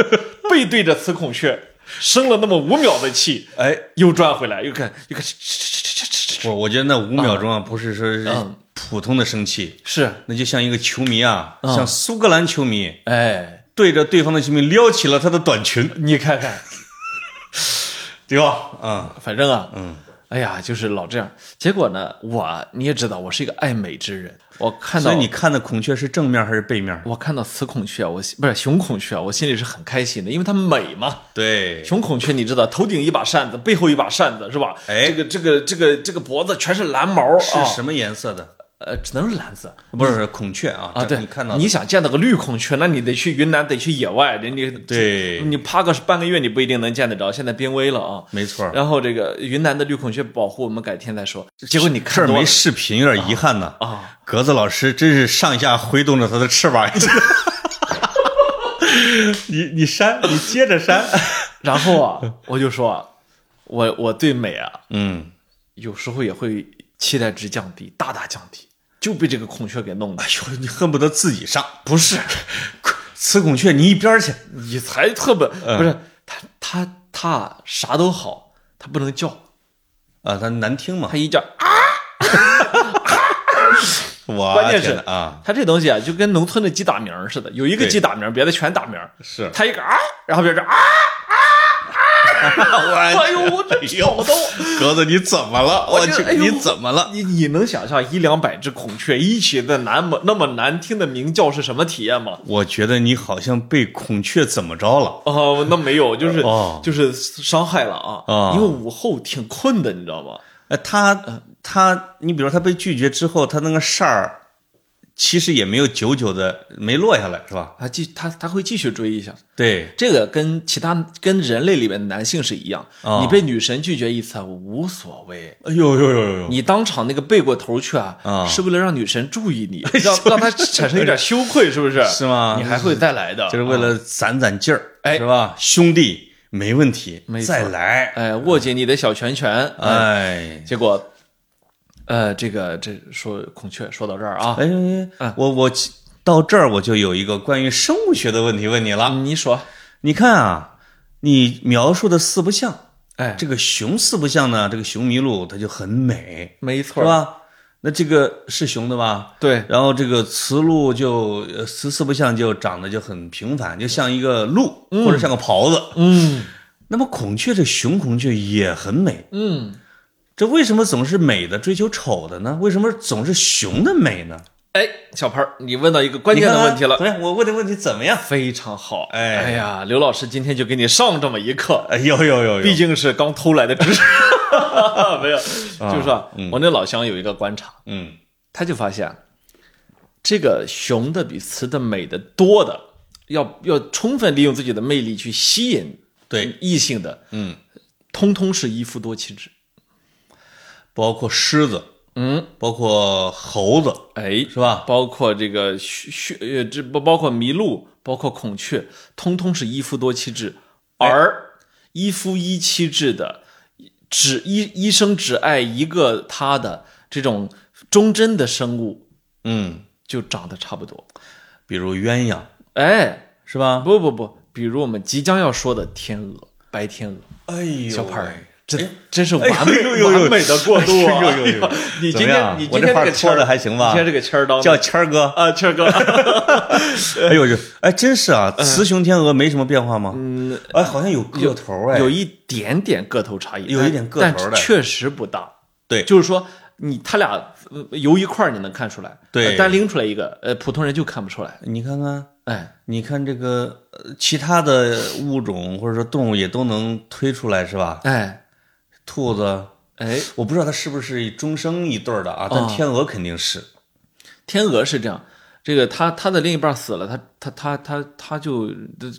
Speaker 2: 背对着雌孔雀，生了那么五秒的气，
Speaker 1: 哎，
Speaker 2: 又转回来，又看又看，是
Speaker 1: 我我觉得那五秒钟啊，不是说是普通的生气，那就像一个球迷啊，
Speaker 2: 嗯
Speaker 1: 像苏格兰球迷
Speaker 2: 哎，
Speaker 1: 对着对方的球迷撩起了他的短裙，
Speaker 2: 你看看，
Speaker 1: 对吧？嗯，
Speaker 2: 反正啊，嗯，哎呀，就是老这样。结果呢，我你也知道，我是一个爱美之人，我看
Speaker 1: 所
Speaker 2: 到
Speaker 1: 以你看的孔雀是正面还是背面？
Speaker 2: 我看到雌孔雀，我心不是雄孔雀，我心里是很开心的，因为它美嘛。
Speaker 1: 对，
Speaker 2: 雄孔雀你知道，头顶一把扇子，背后一把扇子是吧？
Speaker 1: 哎
Speaker 2: 这个这个这个这个脖子全是蓝毛
Speaker 1: 是
Speaker 2: 啊，
Speaker 1: 什么颜色的？
Speaker 2: 呃，只能是蓝色。
Speaker 1: 不是孔雀啊，
Speaker 2: 啊，
Speaker 1: 这
Speaker 2: 对，
Speaker 1: 你看到的
Speaker 2: 你想见到个绿孔雀，那你得去云南，得去野外，人家
Speaker 1: 对
Speaker 2: 你趴个半个月，你不一定能见得着。现在濒危了啊，
Speaker 1: 没错儿，
Speaker 2: 然后这个云南的绿孔雀保护，我们改天再说。结果你
Speaker 1: 嗯这
Speaker 2: 看
Speaker 1: 儿
Speaker 2: 多
Speaker 1: 没
Speaker 2: 了
Speaker 1: 视频，有点遗憾呢。
Speaker 2: 啊，
Speaker 1: 格子老师真是上下挥动着他的翅膀。 你你删，你接着删。
Speaker 2: 然后啊，我就说啊，我我对美啊，
Speaker 1: 嗯，
Speaker 2: 有时候也会期待值降低，大大降低，就被这个孔雀给弄的
Speaker 1: 哎。呦，你恨不得自己上。
Speaker 2: 不是，
Speaker 1: 雌孔雀，你一边儿去。
Speaker 2: 你才特别
Speaker 1: 嗯
Speaker 2: 不是它它它啥都好，它不能叫，
Speaker 1: 啊，它难听嘛
Speaker 2: 它。一叫啊，
Speaker 1: 我
Speaker 2: 关键
Speaker 1: 天
Speaker 2: 是
Speaker 1: 哪啊，
Speaker 2: 他这东西啊，就跟农村的鸡打鸣儿似的，有一个
Speaker 1: 对
Speaker 2: 鸡打鸣儿，别的全打鸣儿。
Speaker 1: 是，
Speaker 2: 他一个啊，然后别人啊，
Speaker 1: 我
Speaker 2: 哎呦，我这吵得我。
Speaker 1: 格子你怎么了？
Speaker 2: 我
Speaker 1: 我
Speaker 2: 这
Speaker 1: 去
Speaker 2: 哎，呦
Speaker 1: 你怎么了？
Speaker 2: 你你能想象一两百只孔雀一起的那么那么难听的鸣叫是什么体验吗？
Speaker 1: 我觉得你好像被孔雀怎么着了？
Speaker 2: 哦，那没有，就是、
Speaker 1: 哦
Speaker 2: 就是伤害了啊，
Speaker 1: 哦
Speaker 2: 因为午后挺困的，你知道吗？
Speaker 1: 呃，他他，你比如说他被拒绝之后，他那个扇儿其实也没有久久的没落下来，是吧？
Speaker 2: 啊，继他他会继续追一下，
Speaker 1: 对，
Speaker 2: 这个跟其他跟人类里面的男性是一样，
Speaker 1: 哦
Speaker 2: 你被女神拒绝一次无所谓。
Speaker 1: 哎呦呦呦呦，
Speaker 2: 你当场那个背过头去啊，
Speaker 1: 啊
Speaker 2: 是为了让女神注意 你，让让她产生一点羞愧，是不是？
Speaker 1: 是吗
Speaker 2: 你还会再来的，
Speaker 1: 就是为
Speaker 2: 啊
Speaker 1: 了攒攒劲儿，
Speaker 2: 哎
Speaker 1: 是吧？兄弟，没问题
Speaker 2: 没，错
Speaker 1: 再来，
Speaker 2: 哎握紧你的小拳拳。哎，
Speaker 1: 哎。
Speaker 2: 结果，呃，这个这说孔雀说到这儿啊，
Speaker 1: 哎哎，哎我我到这儿我就有一个关于生物学的问题问你了。
Speaker 2: 你说，
Speaker 1: 你看啊，你描述的四不像，
Speaker 2: 哎，
Speaker 1: 这个熊四不像呢，这个熊麋鹿它就很美，
Speaker 2: 没
Speaker 1: 是
Speaker 2: 错，
Speaker 1: 吧？那这个是熊的吧？
Speaker 2: 对，
Speaker 1: 然后这个雌鹿就呃雌四不像就长得就很平凡，就像一个鹿、或者像个狍子。
Speaker 2: 嗯
Speaker 1: 那么孔雀这雄孔雀也很美，
Speaker 2: 嗯，
Speaker 1: 这为什么总是美的追求丑的呢？为什么总是熊的美呢？
Speaker 2: 哎，小鹏儿，你问到一个关
Speaker 1: 你
Speaker 2: 键
Speaker 1: 看
Speaker 2: 的
Speaker 1: 看
Speaker 2: 问题了
Speaker 1: 怎，么样？我问的问题怎么样？
Speaker 2: 非常好，
Speaker 1: 哎
Speaker 2: 哎呀，刘老师今天就给你上这么一课，
Speaker 1: 哎呦呦呦
Speaker 2: 毕
Speaker 1: 呦！
Speaker 2: 竟是刚偷来的知识，没有，就是说、
Speaker 1: 嗯
Speaker 2: 我那老乡有一个观察，
Speaker 1: 嗯，
Speaker 2: 他就发现，啊这个雄的比雌的美的多的，要要充分利用自己的魅力去吸引
Speaker 1: 对，
Speaker 2: 异性的，
Speaker 1: 嗯，
Speaker 2: 通通是一夫多妻制。
Speaker 1: 包括狮子，
Speaker 2: 嗯，
Speaker 1: 包括猴子，
Speaker 2: 哎，
Speaker 1: 是吧？
Speaker 2: 包括这个血血呃，这不包括麋鹿，包括孔雀，通通是一夫多妻制，
Speaker 1: 哎
Speaker 2: 而一夫一妻制的，只一一生只爱一个他的这种忠贞的生物，
Speaker 1: 嗯，
Speaker 2: 就长得差不多。
Speaker 1: 比如鸳鸯，
Speaker 2: 哎，
Speaker 1: 是吧？
Speaker 2: 不不不，比如我们即将要说的天鹅，白天鹅，
Speaker 1: 哎呦，
Speaker 2: 小潘儿。
Speaker 1: 哎
Speaker 2: 这真是
Speaker 1: 哎
Speaker 2: 完美、
Speaker 1: 呦呦呦呦
Speaker 2: 完美的过渡啊！
Speaker 1: 哎呦呦呦呦
Speaker 2: 你
Speaker 1: 怎
Speaker 2: 今
Speaker 1: 么样
Speaker 2: 天你
Speaker 1: 我
Speaker 2: 今天
Speaker 1: 这话
Speaker 2: 个签
Speaker 1: 拖得还行吧
Speaker 2: 你今天这个签儿当
Speaker 1: 叫
Speaker 2: 的
Speaker 1: 谦儿哥，
Speaker 2: 啊，谦儿哥，
Speaker 1: 哎呦，这哎，真是啊，雌雄天鹅没什么变化吗？
Speaker 2: 嗯，
Speaker 1: 哎，好像有个头儿哎，
Speaker 2: 有一点点个头差异，
Speaker 1: 有一点个头的
Speaker 2: 但但确实不大。
Speaker 1: 对
Speaker 2: 就是说你他俩呃游一块儿，你能看出来，
Speaker 1: 对
Speaker 2: 呃单拎出来一个，呃，普通人就看不出来。
Speaker 1: 你看看，
Speaker 2: 哎，
Speaker 1: 你看这个呃其他的物种或者说动物也都能推出来是吧？
Speaker 2: 哎，
Speaker 1: 兔子，
Speaker 2: 哎，
Speaker 1: 我不知道它是不是终生一对儿的啊，但
Speaker 2: 哦
Speaker 1: 天鹅肯定是。
Speaker 2: 天鹅是这样，这个他他的另一半死了，他他他他他就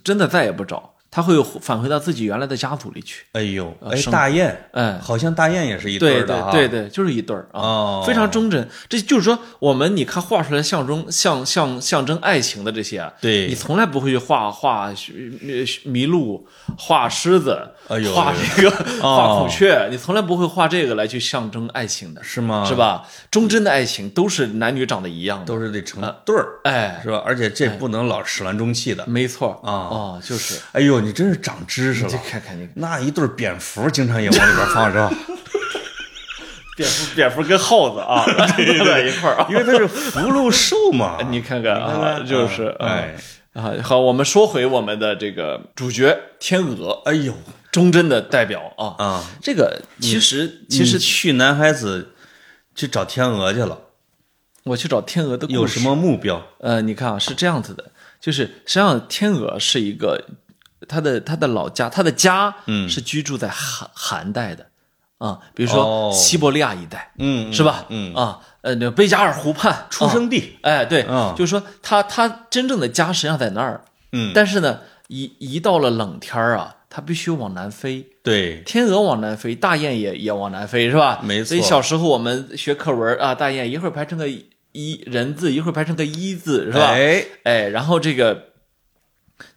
Speaker 2: 真的再也不找，他会返回到自己原来的家族里去。
Speaker 1: 哎呦，哎，
Speaker 2: 呃生
Speaker 1: 大雁，
Speaker 2: 哎，
Speaker 1: 好像大雁也是一对
Speaker 2: 对
Speaker 1: 儿的
Speaker 2: 对
Speaker 1: 啊。
Speaker 2: 对对，就是一对儿啊
Speaker 1: 哦，
Speaker 2: 非常忠贞。这就是说，我们你看画出来象征象象象征爱情的这些啊，
Speaker 1: 对
Speaker 2: 你从来不会去画画呃麋鹿、画狮子、
Speaker 1: 哎呦
Speaker 2: 画
Speaker 1: 哎
Speaker 2: 这个
Speaker 1: 哦
Speaker 2: 画孔雀，你从来不会画这个来去象征爱情的，
Speaker 1: 是吗？
Speaker 2: 是？吧？忠贞的爱情都是男女长得一样的，
Speaker 1: 嗯都是得成对儿，
Speaker 2: 哎，
Speaker 1: 是吧？而且这不能老始乱终弃的。
Speaker 2: 没错
Speaker 1: 啊
Speaker 2: 哦，就是
Speaker 1: 哎呦，你真是长知识
Speaker 2: 你
Speaker 1: 了。
Speaker 2: 看看你
Speaker 1: 那一对儿蝙蝠经常也往里边放，是吧？
Speaker 2: 蝙蝠蝙蝠跟耗 子啊，在一块儿啊，
Speaker 1: 因为它是福禄寿嘛
Speaker 2: 。你看看
Speaker 1: 看
Speaker 2: 啊，
Speaker 1: 看
Speaker 2: 就是
Speaker 1: 啊哎
Speaker 2: 啊，好，我们说回我们的这个主角天鹅，
Speaker 1: 哎呦
Speaker 2: 忠贞的代表啊。
Speaker 1: 啊！
Speaker 2: 这个其实其
Speaker 1: 你
Speaker 2: 实
Speaker 1: 去男孩子去找天鹅去了，
Speaker 2: 我去找天鹅的故
Speaker 1: 有
Speaker 2: 事
Speaker 1: 什，么目标？
Speaker 2: 呃，你看啊，是这样子的，就是实际上天鹅是一个它的它的老家，它的家
Speaker 1: 嗯
Speaker 2: 是居住在寒寒带的啊，比如说
Speaker 1: 哦
Speaker 2: 西伯利亚一带，
Speaker 1: 嗯，嗯
Speaker 2: 是吧？
Speaker 1: 嗯，
Speaker 2: 啊，呃，那贝加尔湖畔
Speaker 1: 出
Speaker 2: 啊
Speaker 1: 生地，
Speaker 2: 哎，对，
Speaker 1: 嗯
Speaker 2: 就是说他他真正的家实际上在那儿，
Speaker 1: 嗯，
Speaker 2: 但是呢，一一到了冷天儿啊，他必须往南飞。
Speaker 1: 对，
Speaker 2: 天鹅往南飞，大雁也也往南飞，是吧？
Speaker 1: 没错
Speaker 2: 所以小时候我们学课文啊，大雁一会儿排成个一人字，一会儿排成个一字，是吧？哎，
Speaker 1: 哎，
Speaker 2: 然后这个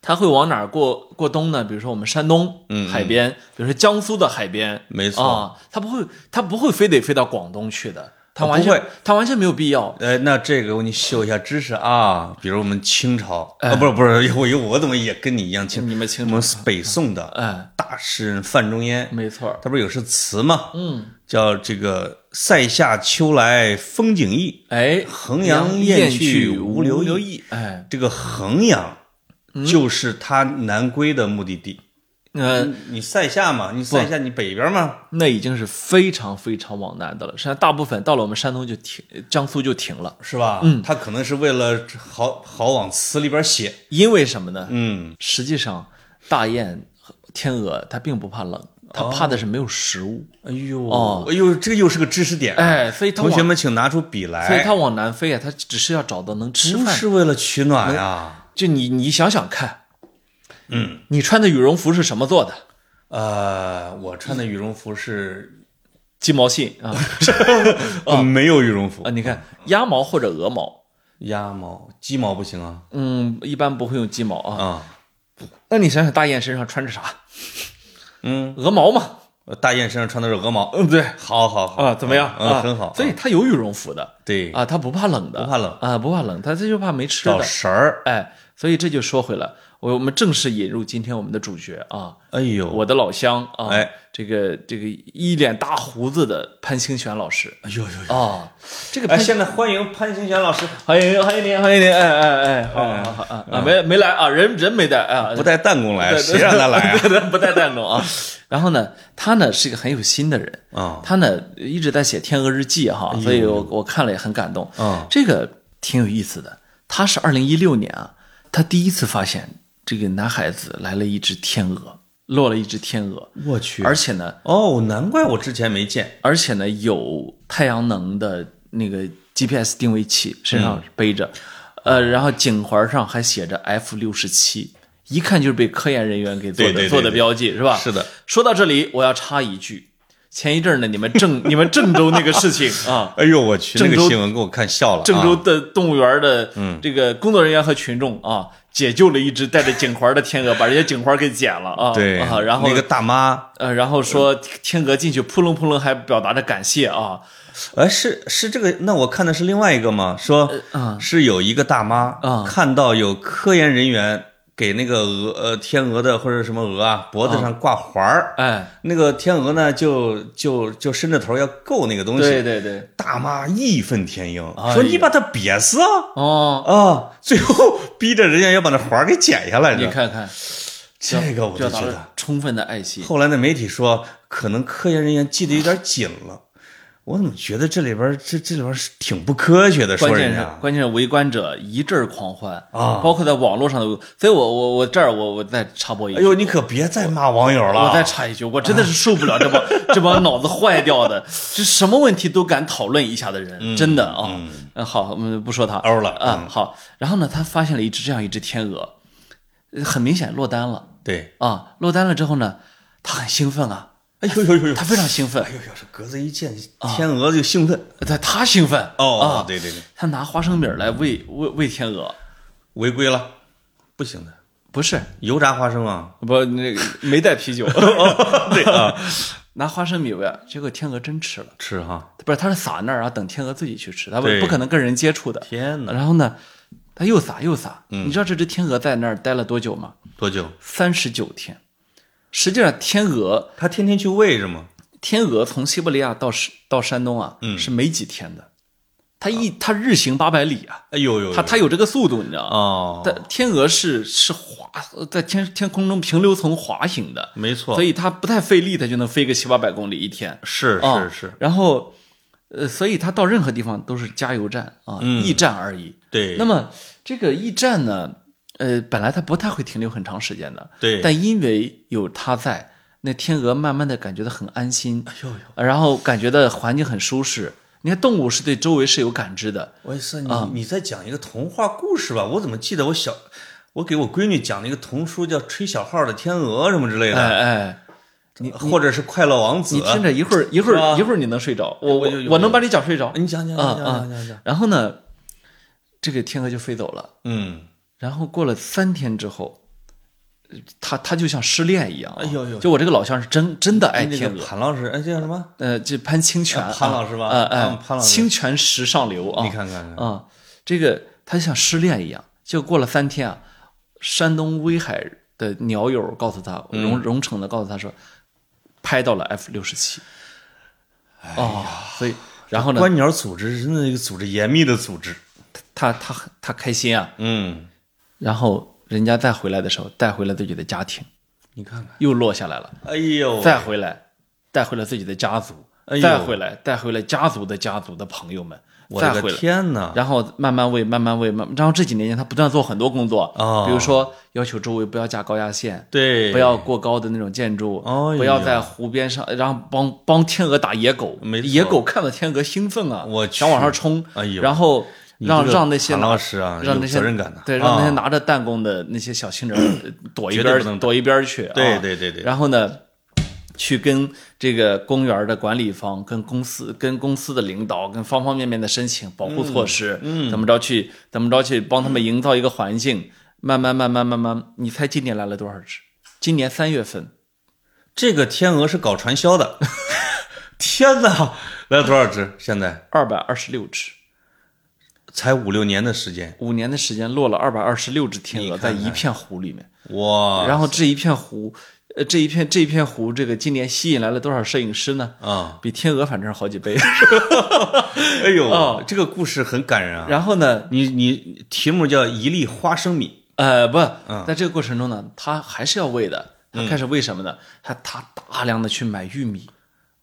Speaker 2: 它会往哪儿过过冬呢？比如说我们山东
Speaker 1: 嗯嗯
Speaker 2: 海边，比如说江苏的海边，
Speaker 1: 没错
Speaker 2: 啊，它不会，它不会非得飞到广东去的。他完
Speaker 1: 哦不会
Speaker 2: 全他完全没有必要。
Speaker 1: 呃，那这个我给你秀一下知识啊，比如我们清朝
Speaker 2: 哎
Speaker 1: 啊，不是不是， 我我怎么也跟你一样清？
Speaker 2: 嗯你们清
Speaker 1: 我
Speaker 2: 楚，
Speaker 1: 们北宋的
Speaker 2: 哎，
Speaker 1: 大诗人范仲淹，
Speaker 2: 没错儿，
Speaker 1: 他不是有首词吗？
Speaker 2: 嗯，
Speaker 1: 叫这个“塞下秋来风景异
Speaker 2: 哎，
Speaker 1: 衡阳雁
Speaker 2: 雁
Speaker 1: 去无
Speaker 2: 无
Speaker 1: 留意
Speaker 2: 意，嗯哎”，，
Speaker 1: 这个衡阳就是他南归的目的地。
Speaker 2: 嗯、
Speaker 1: 你塞下嘛，你塞下你北边嘛，
Speaker 2: 那已经是非常非常往南的了。实际上，大部分到了我们山东就停，江苏就停了。
Speaker 1: 是吧？嗯，他可能是为了好好往词里边写。
Speaker 2: 因为什么呢？
Speaker 1: 嗯，
Speaker 2: 实际上，大雁、天鹅它并不怕冷，它怕的是没有食物。
Speaker 1: 哎呦，
Speaker 2: 哦
Speaker 1: 哎呦，这个又是个知识点。
Speaker 2: 哎，所以它
Speaker 1: 同
Speaker 2: 往
Speaker 1: 学，们请拿出笔来。
Speaker 2: 所以它往南飞啊，它只是要找到能吃
Speaker 1: 不
Speaker 2: 饭。
Speaker 1: 是为了取暖啊呀，
Speaker 2: 就你你想想看，嗯，你穿的羽绒服是什么做的？
Speaker 1: 呃，我穿的羽绒服是
Speaker 2: 鸡毛信啊
Speaker 1: 我没有羽绒服
Speaker 2: 啊！，你看 鸭毛或者鹅毛，
Speaker 1: 鸭毛、鸡毛不行啊
Speaker 2: 嗯，一般不会用鸡毛啊。
Speaker 1: 啊，
Speaker 2: 那你想想，大雁身上穿着啥？
Speaker 1: 嗯，
Speaker 2: 鹅毛嘛，
Speaker 1: 大雁身上穿的是鹅毛，
Speaker 2: 嗯，对
Speaker 1: 好好好
Speaker 2: 啊，怎么样
Speaker 1: 嗯，
Speaker 2: 啊？
Speaker 1: 很好，
Speaker 2: 所以它有羽绒服的
Speaker 1: 对，
Speaker 2: 啊，它不怕冷的，
Speaker 1: 不怕冷
Speaker 2: 啊，不怕冷，它这就怕没吃
Speaker 1: 找
Speaker 2: 的。
Speaker 1: 食儿，
Speaker 2: 哎，所以这就说回来，我我们正式引入今天我们的主角啊，
Speaker 1: 哎呦，
Speaker 2: 我的老乡啊，
Speaker 1: 哎，
Speaker 2: 这个这个一脸大胡子的潘兴全老师
Speaker 1: 哎呦呦呦，
Speaker 2: 啊，这个
Speaker 1: 哎，
Speaker 2: 潘兴。
Speaker 1: 现在欢迎潘兴全老师，
Speaker 2: 欢迎欢迎您，欢迎您，哎哎哎，好好好啊啊，没没来啊，人人没带啊，
Speaker 1: 不带弹弓来，
Speaker 2: 对
Speaker 1: 谁让他来啊？
Speaker 2: 对对不带带动啊。然后呢，他呢是一个很有心的人，
Speaker 1: 啊
Speaker 2: 他呢一直在写《天鹅日记》
Speaker 1: 哎
Speaker 2: 哈，所以我我看了也很感动。
Speaker 1: 啊，
Speaker 2: 这个挺有意思的。他是二零一六年啊，他第一次发现这个男孩子来了一只天鹅，落了一只天鹅，
Speaker 1: 我去，
Speaker 2: 而且呢，
Speaker 1: 哦，难怪我之前没见，
Speaker 2: 而且呢有太阳能的那个 GPS 定位器，身上背着，呃，然后颈环上还写着 F 六十七，一看就是被科研人员给做
Speaker 1: 对
Speaker 2: 的
Speaker 1: 对对
Speaker 2: 做的
Speaker 1: 对
Speaker 2: 标记，是吧？
Speaker 1: 是的。
Speaker 2: 说到这里，我要插一句，前一阵儿呢，你们郑 你们郑州那个 事情啊。
Speaker 1: 哎呦我去，那
Speaker 2: 郑
Speaker 1: 个
Speaker 2: 州
Speaker 1: 新闻给我看笑了啊，
Speaker 2: 郑州的动物园
Speaker 1: 啊
Speaker 2: 的
Speaker 1: 嗯
Speaker 2: 这个工作人员和群众啊，解救了一只带着颈环的天鹅，把人家颈环给剪了啊。
Speaker 1: 对
Speaker 2: 啊，然后
Speaker 1: 那个大妈，
Speaker 2: 呃，然后说天鹅进去扑棱扑棱，还表达着感谢啊。
Speaker 1: 哎，是是这个？那我看的是另外一个吗？说
Speaker 2: 啊
Speaker 1: 是有一个大妈
Speaker 2: 啊
Speaker 1: 看到有科研人员给那个鹅呃天鹅的或者什么鹅啊脖子上挂环儿，
Speaker 2: 哎，
Speaker 1: 那个天鹅呢就就就伸着头要够那个东西，
Speaker 2: 对对对，
Speaker 1: 大妈义愤填膺
Speaker 2: 哎呀
Speaker 1: 说：“你把它憋死啊
Speaker 2: 哦，！”
Speaker 1: 啊，最后逼着人家要把那环儿给剪下来
Speaker 2: 你
Speaker 1: 着。
Speaker 2: 看看，
Speaker 1: 这个我就
Speaker 2: 表达
Speaker 1: 觉得
Speaker 2: 了充分的爱心。
Speaker 1: 后来那媒体说，可能科研人员记得有点紧了。我怎么觉得这里边儿这这里边儿是挺不科学的？说
Speaker 2: 关键
Speaker 1: 人
Speaker 2: 是
Speaker 1: 家
Speaker 2: 关键是围观者一阵狂欢
Speaker 1: 啊
Speaker 2: 包括在网络上的，所以我我我这儿我我再插播一句，
Speaker 1: 哎呦，你可别再骂网友了。
Speaker 2: 我再插一句，我真的是受不 了这帮这帮脑子坏掉的，这什么问题都敢讨论一下的人，真的啊、嗯好，我们不说他
Speaker 1: 欧了
Speaker 2: 啊、好。然后呢，他发现了一只这样一只天鹅，呃很明显落单了
Speaker 1: 对，
Speaker 2: 啊，落单了之后呢，他很兴奋啊，
Speaker 1: 哎呦呦呦呦，
Speaker 2: 他非常兴奋
Speaker 1: 哎，呦呦，这格子一见天鹅就兴奋。
Speaker 2: 他他兴奋啊
Speaker 1: 哦，，对对对，
Speaker 2: 他拿花生米儿来喂喂喂天鹅，
Speaker 1: 违规了，不行的，
Speaker 2: 不是
Speaker 1: 油炸花生啊，
Speaker 2: 不那个没带啤 酒，
Speaker 1: 对 啊，
Speaker 2: 哦拿花生米喂，结果天鹅真吃了，
Speaker 1: 吃哈。
Speaker 2: 不是他是撒那儿，然后等天鹅自己去吃，他不
Speaker 1: 对
Speaker 2: 不可能跟人接触的。
Speaker 1: 天哪，
Speaker 2: 然后呢，他又撒又撒，你知道这只天鹅在那儿待了多久吗？
Speaker 1: 多久？
Speaker 2: 三十九天。实际上，天鹅
Speaker 1: 他天天去喂是吗？
Speaker 2: 天鹅从西伯利亚到是到山东啊，是没几天的，它一它日行八百里啊，
Speaker 1: 哎呦呦呦，
Speaker 2: 它它有这个速度，你知道吗？
Speaker 1: 哦，
Speaker 2: 但天鹅是是滑在天天空中平流层滑行的，
Speaker 1: 没错
Speaker 2: 所，以它不太费力，它就能飞个七八百公里一天。
Speaker 1: 是
Speaker 2: 啊
Speaker 1: 是是，
Speaker 2: 然后，呃，所以它到任何地方都是加油站啊，驿站而已。
Speaker 1: 嗯对，
Speaker 2: 那么这个驿站呢，呃，本来它不太会停留很长时间的，
Speaker 1: 对，
Speaker 2: 但因为有它在，那天鹅慢慢的感觉到很安心，
Speaker 1: 哎
Speaker 2: 然后感觉到环境很舒适。你看，动物是对周围是有感知的，
Speaker 1: 我也是，你啊你在讲一个童话故事吧？我怎么记得我小，我给我闺女讲了一个童书，叫《吹小号的天鹅》什么之类
Speaker 2: 哎
Speaker 1: 的，
Speaker 2: 哎。
Speaker 1: 或者是《快乐王子啊
Speaker 2: 你》。听着，一会儿一会
Speaker 1: 是吧
Speaker 2: 儿一会儿你能睡着，我
Speaker 1: 我
Speaker 2: 我
Speaker 1: 就有
Speaker 2: 我能把你讲睡着。
Speaker 1: 你讲讲
Speaker 2: 啊
Speaker 1: 讲
Speaker 2: 啊
Speaker 1: 讲讲讲，！
Speaker 2: 然后呢，这个天鹅就飞走了。
Speaker 1: 嗯，
Speaker 2: 然后过了三天之后，他他就像失恋一样啊、
Speaker 1: 哎呦呦
Speaker 2: 就我这个老乡是真真的爱
Speaker 1: 那
Speaker 2: 天
Speaker 1: 个
Speaker 2: 鹅，
Speaker 1: 潘老师，哎，这叫什么？
Speaker 2: 呃，这潘清泉啊，
Speaker 1: 潘老师吧嗯
Speaker 2: 呃呃
Speaker 1: 潘，潘老师
Speaker 2: 清泉石上流啊，
Speaker 1: 你看看看，
Speaker 2: 啊、这个他像失恋一样，结果过了三天啊，山东威海的鸟友告诉他，
Speaker 1: 嗯
Speaker 2: 荣荣成的告诉他说，拍到了 F 六十七，
Speaker 1: 哎
Speaker 2: 哦，所以然后呢，
Speaker 1: 观鸟组织真的一个组织严密的组织，
Speaker 2: 他他很他开心啊，
Speaker 1: 嗯，
Speaker 2: 然后人家再回来的时候，带回了自己的家庭，
Speaker 1: 你看看，
Speaker 2: 又落下来了，
Speaker 1: 哎呦，
Speaker 2: 再回来，带回了自己的家族，
Speaker 1: 哎呦
Speaker 2: 再回来，带回了家族的家族的朋友们，
Speaker 1: 我
Speaker 2: 再
Speaker 1: 的
Speaker 2: 回
Speaker 1: 个
Speaker 2: 来。
Speaker 1: 天哪！
Speaker 2: 然后慢慢喂，慢慢喂，慢，然后这几年间他不断做很多工作，
Speaker 1: 哦
Speaker 2: 比如说要求周围不要架高压线，
Speaker 1: 对，
Speaker 2: 不要过高的那种建筑，
Speaker 1: 哦呦
Speaker 2: 不要在湖边上，然后帮帮天鹅打野狗，
Speaker 1: 没错
Speaker 2: 野狗看到天鹅兴奋啊，
Speaker 1: 我去
Speaker 2: 想往上冲，
Speaker 1: 哎呦
Speaker 2: 然后
Speaker 1: 你
Speaker 2: 让
Speaker 1: 这个
Speaker 2: 让那些
Speaker 1: 韩
Speaker 2: 拿
Speaker 1: 老师啊，
Speaker 2: 让
Speaker 1: 有
Speaker 2: 那些
Speaker 1: 责任感的，
Speaker 2: 对，让那些
Speaker 1: 啊
Speaker 2: 拿着弹弓的那些小青人儿 躲一
Speaker 1: 绝对
Speaker 2: 边
Speaker 1: 不能
Speaker 2: 儿躲一边儿去，
Speaker 1: 对
Speaker 2: 啊
Speaker 1: 对对对
Speaker 2: 然后呢，去跟这个公园儿的管理方、跟公司、跟公司的领导、跟方方面面的申请保护措施，嗯，怎么着去怎么着去帮他们营造一个环境，慢慢慢慢慢慢，你猜今年来了多少只？今年三月份，
Speaker 1: 这个天鹅是搞传销 的。天哪，来了多少只？现在
Speaker 2: 二百二十六只，
Speaker 1: 才五六年的时间，
Speaker 2: 五年的时间落了二百二十六只天
Speaker 1: 你
Speaker 2: 鹅
Speaker 1: 看
Speaker 2: 在
Speaker 1: 看
Speaker 2: 一片湖里面。
Speaker 1: 哇！
Speaker 2: 然后这一片湖，呃，这一片这一片湖，这个今年吸引来了多少摄影师呢？
Speaker 1: 啊，
Speaker 2: 比天鹅反正是好 几倍。
Speaker 1: 哎呦，
Speaker 2: 哦
Speaker 1: 这个故事很感人啊。
Speaker 2: 然后呢，
Speaker 1: 你你题目叫一粒花生米，
Speaker 2: 呃，不，
Speaker 1: 嗯
Speaker 2: 在这个过程中呢，他还是要喂的。他开始喂什么呢？他他大量的去买玉米，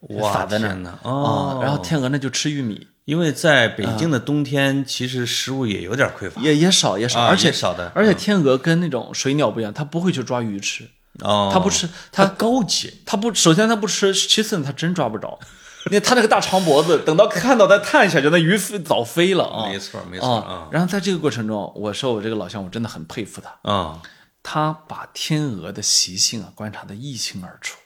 Speaker 1: 哇
Speaker 2: 撒在那儿
Speaker 1: 天哪
Speaker 2: 啊、
Speaker 1: 哦
Speaker 2: 然后天鹅呢就吃玉米，
Speaker 1: 因为在北京的冬天，其实食物也有点匮乏
Speaker 2: 也也少也少，
Speaker 1: 啊
Speaker 2: 而且
Speaker 1: 也少的
Speaker 2: 而且天鹅跟那种水鸟不一样，它不会去抓鱼吃，
Speaker 1: 哦。
Speaker 2: 它不吃，它高级，它不，首先它不吃，其次呢它真抓不着。 那它那个大长脖子，等到看到它探一下，就那鱼飞早飞了啊！
Speaker 1: 没错没
Speaker 2: 没
Speaker 1: 错啊
Speaker 2: 然后在这个过程中，我说我这个老乡，我真的很佩服他，
Speaker 1: 啊，
Speaker 2: 他把天鹅的习性啊观察得一清二楚，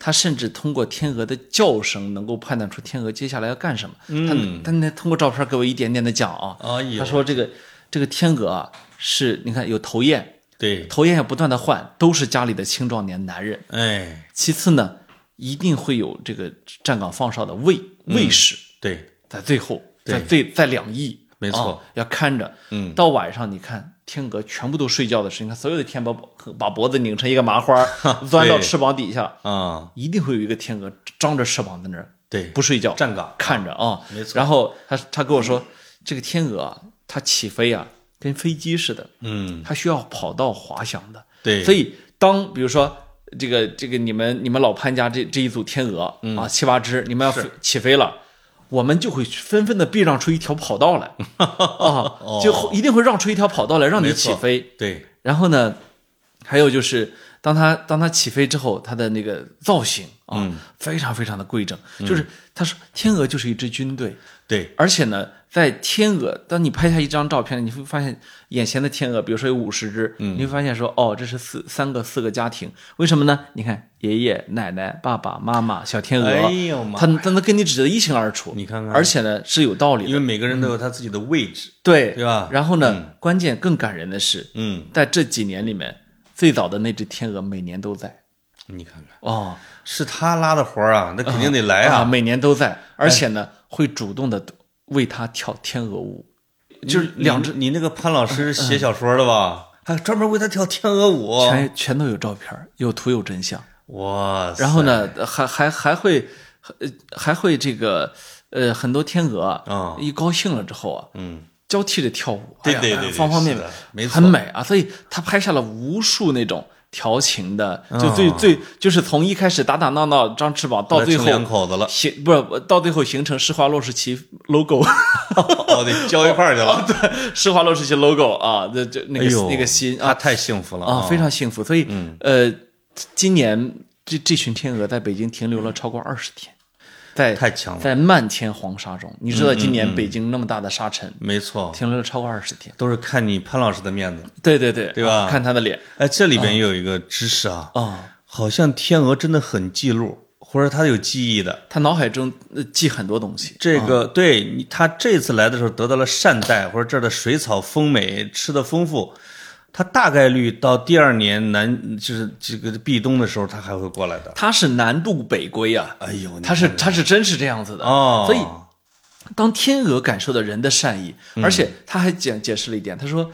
Speaker 2: 他甚至通过天鹅的叫声能够判断出天鹅接下来要干什么。嗯，他那通过照片给我一点点的讲啊，
Speaker 1: 哎呦
Speaker 2: 他说这个这个天鹅啊是，你看有头雁，
Speaker 1: 对，
Speaker 2: 头雁也不断的换，都是家里的青壮年男人。
Speaker 1: 哎，
Speaker 2: 其次呢，一定会有这个站岗放哨的卫
Speaker 1: 嗯
Speaker 2: 卫士，
Speaker 1: 对，
Speaker 2: 在最后，在最在两翼，
Speaker 1: 没错
Speaker 2: 啊要看着。嗯，到晚上你看天鹅全部都睡觉的时候，你看所有的天把把脖子拧成一个 麻花，钻到翅膀底下，
Speaker 1: 啊，
Speaker 2: 一定会有一个天鹅张着翅膀在那儿
Speaker 1: 对，
Speaker 2: 不睡觉，
Speaker 1: 站岗
Speaker 2: 看着啊。
Speaker 1: 没错
Speaker 2: 然后他他跟我说，这个天鹅啊，它起飞啊，跟飞机似的，
Speaker 1: 嗯，
Speaker 2: 它需要跑道滑翔的。
Speaker 1: 对，
Speaker 2: 所以当比如说这个这个你们你们老潘家这这一组天鹅、啊七八只，你们要飞起飞了。我们就会纷纷的避让出一条跑道来，啊，就会一定会让出一条跑道来让你起飞。
Speaker 1: 对，
Speaker 2: 然后呢，还有就是当它当它起飞之后，它的那个造型啊，非常非常的规整，就是他说天鹅就是一支军队，
Speaker 1: 对，
Speaker 2: 而且呢，在天鹅，当你拍下一张照片，你会发现眼前的天鹅，比如说有五十只，
Speaker 1: 嗯
Speaker 2: 你会发现说，哦，这是四三个四个家庭，为什么呢？你看爷爷奶奶、爸爸妈妈、小天鹅，
Speaker 1: 哎呦妈
Speaker 2: 它它能跟你指的一清二楚，
Speaker 1: 你看看
Speaker 2: 而且呢是有道理
Speaker 1: 因
Speaker 2: 的，
Speaker 1: 为每个人都有啊他自己的位置，
Speaker 2: 对
Speaker 1: 对吧
Speaker 2: 嗯然后呢，关键更感人的是，
Speaker 1: 嗯，
Speaker 2: 在这几年里面，最早的那只天鹅每年都在
Speaker 1: 你看看，
Speaker 2: 哦
Speaker 1: 是他拉的活儿啊，那肯定得来啊，
Speaker 2: 每年都在，而且呢、会主动的为它跳天鹅舞，就是两只
Speaker 1: 只。你那个潘老
Speaker 2: 嗯
Speaker 1: 师写小说的吧？还专门为他跳天鹅舞。
Speaker 2: 全全都有照片儿，有图有真相。
Speaker 1: 哇塞！
Speaker 2: 然后呢，还还还会，呃还会这个，呃，很多天鹅啊，
Speaker 1: 嗯
Speaker 2: 一高兴了之后啊，嗯，交替着跳舞，
Speaker 1: 对
Speaker 2: 哎呀
Speaker 1: 对
Speaker 2: 哎呀
Speaker 1: 对对
Speaker 2: 方方面
Speaker 1: 是的
Speaker 2: 面，
Speaker 1: 没错
Speaker 2: 很美啊。所以他拍下了无数那种调情的，就最最就是从一开始打打闹闹张翅膀，
Speaker 1: 后
Speaker 2: 到
Speaker 1: 来
Speaker 2: 最
Speaker 1: 成两口
Speaker 2: 后
Speaker 1: 子了，
Speaker 2: 形不是到最后形成施华洛世奇 logo。
Speaker 1: 哦，得交一块儿去了。
Speaker 2: 施华洛世奇 logo 啊，这这那
Speaker 1: 哎
Speaker 2: 个、
Speaker 1: 呦，
Speaker 2: 哦那个心啊
Speaker 1: 他，太幸福了
Speaker 2: 啊，非常幸福。所以，
Speaker 1: 嗯
Speaker 2: 呃，今年这这群天鹅在北京停留了超过二十天，在
Speaker 1: 太强了，嗯
Speaker 2: 在漫天黄沙中，你知道今年北京那么大的沙尘，
Speaker 1: 没错，
Speaker 2: 停留了超过二十天。
Speaker 1: 都是看你潘老师的面子。
Speaker 2: 对对对，
Speaker 1: 对吧
Speaker 2: 看他的脸
Speaker 1: 哎，这里边又有一个知识啊，
Speaker 2: 啊，
Speaker 1: 好像天鹅真的很记录，或者它有记忆的。
Speaker 2: 他脑海中呃记很多东西。
Speaker 1: 这个对你，他这次来的时候得到了善待，或者这儿的水草丰美，吃的丰富，他大概率到第二年南就是这个壁咚的时候，他还会过来的。
Speaker 2: 他是南渡北归啊，
Speaker 1: 哎呦，你
Speaker 2: 他是
Speaker 1: 看
Speaker 2: 他是真是这样子的。
Speaker 1: 哦，
Speaker 2: 所以当天鹅感受到人的善意，
Speaker 1: 嗯
Speaker 2: 而且他还解解释了一点，他说，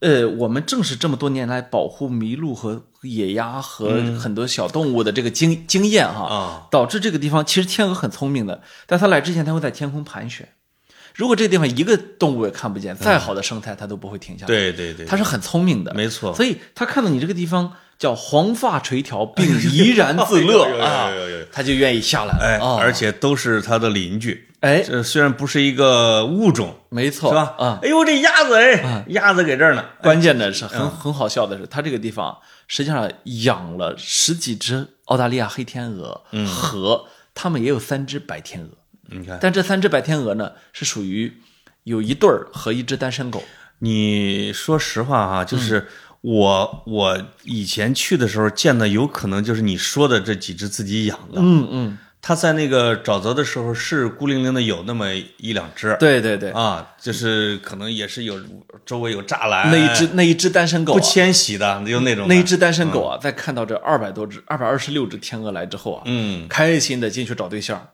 Speaker 2: 呃，我们正是这么多年来保护麋鹿和野鸭和很多小动物的这个经、经验哈、
Speaker 1: 嗯啊
Speaker 2: 导致这个地方其实天鹅很聪明的，但它来之前它会在天空盘旋。如果这地方一个动物也看不见，再好的生态它都不会停下
Speaker 1: 嗯
Speaker 2: 来。
Speaker 1: 对对对，
Speaker 2: 它是很聪明的，
Speaker 1: 没错
Speaker 2: 所以它看到你这个地方叫黄发垂髫， 并怡然自
Speaker 1: 哎呦
Speaker 2: 乐
Speaker 1: 呦
Speaker 2: 啊
Speaker 1: 呦呦呦呦，
Speaker 2: 它就愿意下来了。
Speaker 1: 哎，
Speaker 2: 啊
Speaker 1: 而且都是他的邻居。
Speaker 2: 哎，
Speaker 1: 这虽然不是一个物种，
Speaker 2: 没
Speaker 1: 是
Speaker 2: 错，
Speaker 1: 吧？
Speaker 2: 啊，
Speaker 1: 哎呦，这鸭子哎，鸭子给这儿呢。
Speaker 2: 关键的是
Speaker 1: 哎
Speaker 2: 很、
Speaker 1: 嗯
Speaker 2: 很好笑的是，它这个地方实际上养了十几只澳大利亚黑天鹅、
Speaker 1: 嗯
Speaker 2: 和它们也有三只白天鹅，
Speaker 1: 你看，
Speaker 2: 但这三只白天鹅呢是属于有一对儿和一只单身狗。
Speaker 1: 你说实话
Speaker 2: 嗯
Speaker 1: 哈、就是我、我以前去的时候见的，有可能就是你说的这几只自己养的。
Speaker 2: 嗯嗯，
Speaker 1: 它在那个沼泽的时候是孤零零的，有那么一两只。
Speaker 2: 对对对，
Speaker 1: 啊，就是可能也是有周围有栅栏，
Speaker 2: 那一只那一只单身狗、
Speaker 1: 哎不嗯
Speaker 2: 啊。
Speaker 1: 迁徙的，有那种的
Speaker 2: 那一只单身狗啊，在看到这二百多只、二百二十六只天鹅来之后啊，
Speaker 1: 嗯
Speaker 2: 开心的进去找对 象，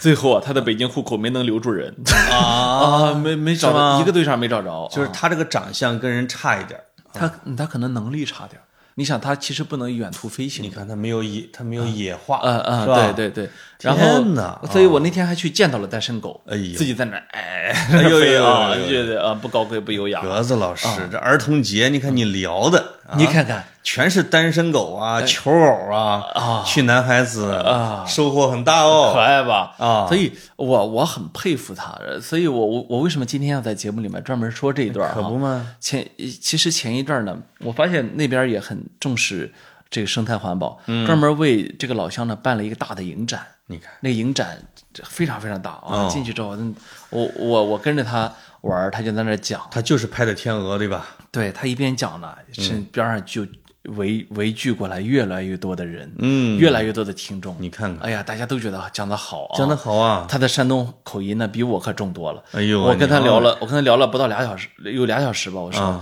Speaker 2: 最后啊，他的北京户口没能留住人
Speaker 1: 啊，
Speaker 2: 啊，没没找
Speaker 1: 是吗
Speaker 2: 着一个对象没找着，
Speaker 1: 就是它这个长相跟人差一点儿。
Speaker 2: 他嗯他可能能力差点儿。你想，他其实不能远途飞行。
Speaker 1: 你看它没有野，它没有野化，
Speaker 2: 呃呃，
Speaker 1: 是吧？
Speaker 2: 对对对。
Speaker 1: 天
Speaker 2: 然后
Speaker 1: 哪，哦
Speaker 2: 所以我那天还去见到了单身狗，
Speaker 1: 哎呦
Speaker 2: 自己在那儿哎，
Speaker 1: 哎呦
Speaker 2: 飞
Speaker 1: 哎
Speaker 2: 啊
Speaker 1: 呦哎呦
Speaker 2: 觉得啊不高贵不优雅。
Speaker 1: 格子老师，
Speaker 2: 哦
Speaker 1: 这儿童节，你看你聊的，啊
Speaker 2: 你看看，
Speaker 1: 全是单身狗啊、求偶啊
Speaker 2: 哎啊，
Speaker 1: 去男孩子啊，收获很大
Speaker 2: 可
Speaker 1: 哦。
Speaker 2: 爱吧？
Speaker 1: 啊
Speaker 2: 所以我我很佩服他，呃所以我我我为什么今天要在节目里面专门说这一段儿哈？
Speaker 1: 可不嘛，
Speaker 2: 前其实前一阵儿呢，我发现那边儿也很重视这个生态环保，
Speaker 1: 嗯
Speaker 2: 专门为这个老乡呢办了一个大的影展。
Speaker 1: 你看，
Speaker 2: 那个影展非常非常大啊！
Speaker 1: 哦
Speaker 2: 进去之后，嗯我我我跟着他玩儿，他就在那儿讲，
Speaker 1: 他就是拍的天鹅，对吧？
Speaker 2: 对他一边讲呢，是
Speaker 1: 嗯
Speaker 2: 边上就围围聚过来越来越多的人，
Speaker 1: 嗯
Speaker 2: 越来越多的听众。
Speaker 1: 你看看，
Speaker 2: 哎呀，大家都觉得讲的好啊，
Speaker 1: 讲的好啊，
Speaker 2: 他的山东口音呢，比我可重多了。
Speaker 1: 哎呦
Speaker 2: 我跟他
Speaker 1: 你啊
Speaker 2: 聊了，我跟他聊了不到俩小时，有俩小时吧。我说，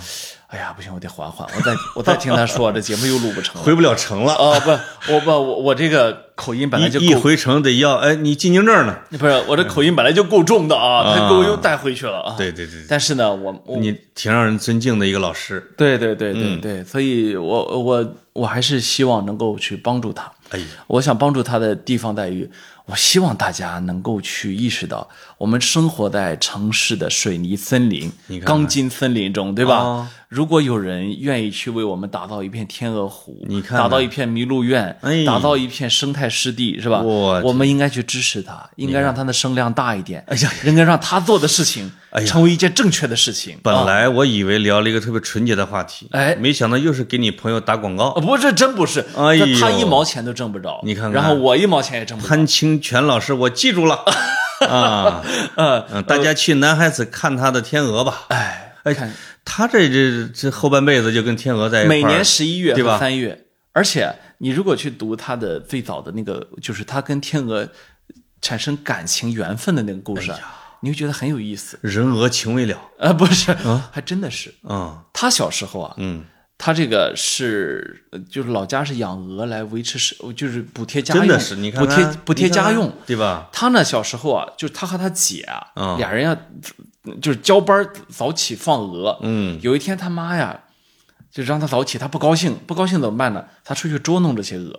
Speaker 2: 哎呀，不行，我得缓缓，我再我再听他说，这节目又录不成了。
Speaker 1: 回不了城了。
Speaker 2: 啊、不，我不，我我这个口音本来就
Speaker 1: 一一
Speaker 2: 够，
Speaker 1: 回城得要，哎，你进京证呢？
Speaker 2: 不是我这口音本来就够重的啊，他给我又带回去了啊。
Speaker 1: 嗯对对对，
Speaker 2: 但是呢，我我
Speaker 1: 你嗯挺让人尊敬的一个老师。
Speaker 2: 对对对对对，所以我我我还是希望能够去帮助他。
Speaker 1: 哎呀，
Speaker 2: 我想帮助他的地方在于，我希望大家能够去意识到，我们生活在城市的水泥森林、
Speaker 1: 看看
Speaker 2: 钢筋森林中，对吧？
Speaker 1: 哦
Speaker 2: 如果有人愿意去为我们打造一片天鹅湖，
Speaker 1: 你看看
Speaker 2: 打造一片麋鹿苑，
Speaker 1: 哎
Speaker 2: 打造一片生态湿地，是吧？
Speaker 1: 我
Speaker 2: 我们应该去支持他，应该让他的声量大一点，哎呀，应该让他做的事情
Speaker 1: 哎呀
Speaker 2: 成为一件正确的事情。
Speaker 1: 本来我以为聊了一个特别纯洁的话题，
Speaker 2: 哎
Speaker 1: 没想到又是给你朋友打广告
Speaker 2: 哦，。不，这真不是，
Speaker 1: 哎呦
Speaker 2: 他他一毛钱都挣不着，
Speaker 1: 你看看
Speaker 2: 然后我一毛钱也挣不着，
Speaker 1: 潘清泉老师，我记住 了啊，
Speaker 2: 呃，
Speaker 1: 嗯，大家去南海子看他的天鹅吧。
Speaker 2: 哎，
Speaker 1: 哎
Speaker 2: 看，
Speaker 1: 他这这这后半辈子就跟天鹅在一块儿
Speaker 2: 每年十一月
Speaker 1: 对吧
Speaker 2: 和三月，而且你如果去读他的最早的那个，就是他跟天鹅产生感情缘分的那个故事，啊
Speaker 1: 哎
Speaker 2: 你会觉得很有意思。
Speaker 1: 人鹅情未了
Speaker 2: 呃，不是，还真的是
Speaker 1: 啊，
Speaker 2: 他小时候啊，
Speaker 1: 嗯，
Speaker 2: 他这个是呃就是老家是养鹅来维持生，就是补贴家用，
Speaker 1: 真的是你看
Speaker 2: 补贴
Speaker 1: 看
Speaker 2: 补贴家用
Speaker 1: 你看。看对吧？
Speaker 2: 他呢，小时候啊，就是他和他姐啊，
Speaker 1: 嗯
Speaker 2: 俩人呀、就是交班儿早起放鹅。
Speaker 1: 嗯，
Speaker 2: 有一天他妈呀，就让他早起，他不高兴，不高兴怎么办呢？他出去捉弄这 些鹅，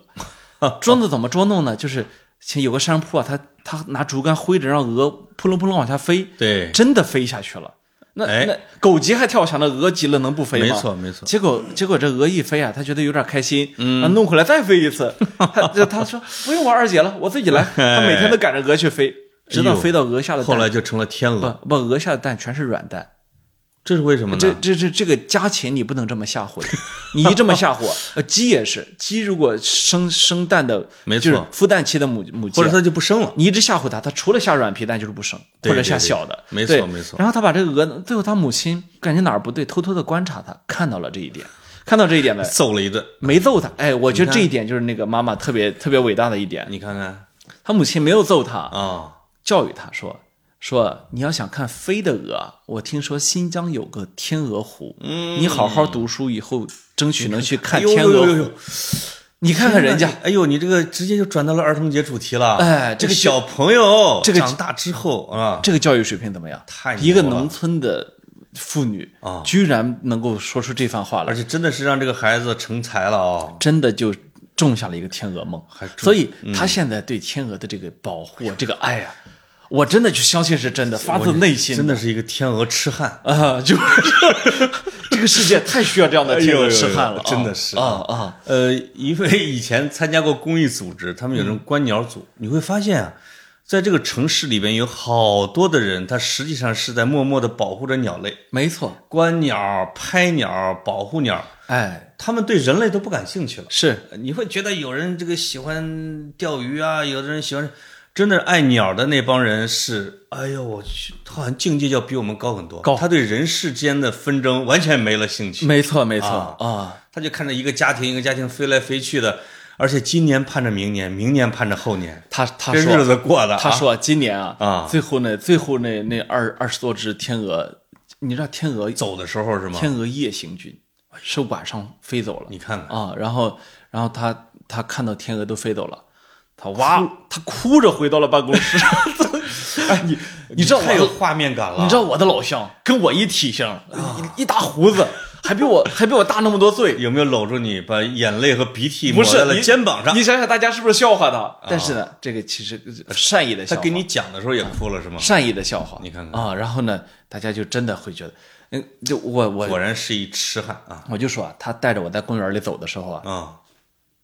Speaker 2: 捉弄怎么捉弄呢？就是前有个山坡啊，他他拿竹竿挥着，让鹅扑棱扑棱往下飞，
Speaker 1: 对，
Speaker 2: 真的飞下去了。那、
Speaker 1: 哎
Speaker 2: 那狗急还跳墙呢，鹅急了能不飞吗？
Speaker 1: 没错没错
Speaker 2: 结果结果这鹅一飞啊，他觉得有点开心，嗯，弄回来再飞一 次。他就他说不用我二姐了，我自己来。他每天都赶着鹅去飞，直到飞到鹅下的
Speaker 1: 哎后
Speaker 2: 蛋，
Speaker 1: 来就成了天鹅，
Speaker 2: 不不，鹅下的蛋全是软蛋。
Speaker 1: 这是为什么
Speaker 2: 呃这
Speaker 1: 呢？
Speaker 2: 这这这个家禽你不能这么吓唬的，你一这么吓唬， 呃，鸡也是，鸡如果生生蛋的，
Speaker 1: 没错
Speaker 2: 就是孵蛋期的母母鸡
Speaker 1: 或，者它就不生了？
Speaker 2: 你一直吓唬它，它除了下软皮蛋就是不生，
Speaker 1: 对
Speaker 2: 或者下
Speaker 1: 对对
Speaker 2: 小的，
Speaker 1: 没错
Speaker 2: 对
Speaker 1: 没错
Speaker 2: 然后它把这个鹅，最后它母亲感觉哪儿不对，偷偷的观察它，看到了这一点，看到这一点呢，
Speaker 1: 揍了一顿，
Speaker 2: 没揍它。哎，我觉得这一点就是那个妈妈特别特别伟大的一点，
Speaker 1: 你看看
Speaker 2: 她母亲没有揍它，
Speaker 1: 啊，
Speaker 2: 教育他说：“说你要想看飞的鹅，我听说新疆有个天鹅湖，
Speaker 1: 嗯
Speaker 2: 你好好读书，以后争取能去看
Speaker 1: 哎呦
Speaker 2: 天鹅湖。
Speaker 1: 呦呦呦
Speaker 2: 你看看人家，，
Speaker 1: 哎呦，你这个直接就转到了儿童节主题了。
Speaker 2: 哎
Speaker 1: 这
Speaker 2: 这个
Speaker 1: 个小朋友，
Speaker 2: 这个
Speaker 1: 长大之后啊，
Speaker 2: 这个教育水平怎么样？
Speaker 1: 太牛了
Speaker 2: 一个农村的妇女
Speaker 1: 啊
Speaker 2: 居然能够说出这番话来
Speaker 1: 而，且真的是让这个孩子成才了啊、
Speaker 2: 真的就种下了一个天鹅梦
Speaker 1: 还。嗯种
Speaker 2: 所以她现在对天鹅的这个保护、这个爱啊，我真的就相信是真的，发自内心
Speaker 1: 真的是一个天鹅痴汉。
Speaker 2: 啊，就是 这个世界太需要这样的天鹅痴汉了啊，
Speaker 1: 哎呦呦呦真的是
Speaker 2: 啊啊。
Speaker 1: 呃，因为以前参加过公益组织，他们有那
Speaker 2: 嗯
Speaker 1: 种观鸟组，你会发现啊，在这个城市里边有好多的人，他实际上是在默默的保护着鸟类，
Speaker 2: 没错，
Speaker 1: 观鸟、拍鸟、保护鸟，
Speaker 2: 哎，
Speaker 1: 他们对人类都不感兴趣了。
Speaker 2: 是
Speaker 1: 你会觉得有人这个喜欢钓鱼啊，有的人喜欢，真的爱鸟的那帮人是，哎呦我去，他好像境界要比我们高很多，
Speaker 2: 高嗯
Speaker 1: 他对人世间的纷争完全没了兴趣，
Speaker 2: 没错，没错
Speaker 1: 啊
Speaker 2: 啊，
Speaker 1: 他就看着一个家庭一个家庭飞来飞去的，而且今年盼着明年，明年盼着后年，
Speaker 2: 他他
Speaker 1: 这日
Speaker 2: 说
Speaker 1: 子过的、啊，
Speaker 2: 他说今年啊
Speaker 1: 啊
Speaker 2: 最后那最后那那二二十多只天鹅，你知道天鹅
Speaker 1: 走的时候是吗？
Speaker 2: 天鹅夜行军是晚上飞走了
Speaker 1: 你看看，
Speaker 2: 啊，然后然后他他看到天鹅都飞走了。他哇，他哭着回到了办公室。 哎，你你知道我
Speaker 1: 太有画面感了，
Speaker 2: 你知道我的老乡跟我一体型，一一大胡子，还比我还比我大那么多岁，
Speaker 1: 有没有搂住你，把眼泪和鼻涕
Speaker 2: 不
Speaker 1: 抹
Speaker 2: 是
Speaker 1: 在了
Speaker 2: 你
Speaker 1: 肩膀上啊
Speaker 2: 你？想想大家是不是笑话他？但是呢，这个其实呃善意的笑
Speaker 1: 他
Speaker 2: 话，
Speaker 1: 给你讲的时候也哭了是吗？
Speaker 2: 善意的笑话，
Speaker 1: 你看
Speaker 2: 啊，然后呢，大家就真的会觉得，嗯，就我我
Speaker 1: 果然是一痴汉啊
Speaker 2: 我就说啊，他带着我在公园里走的时候啊，
Speaker 1: 啊！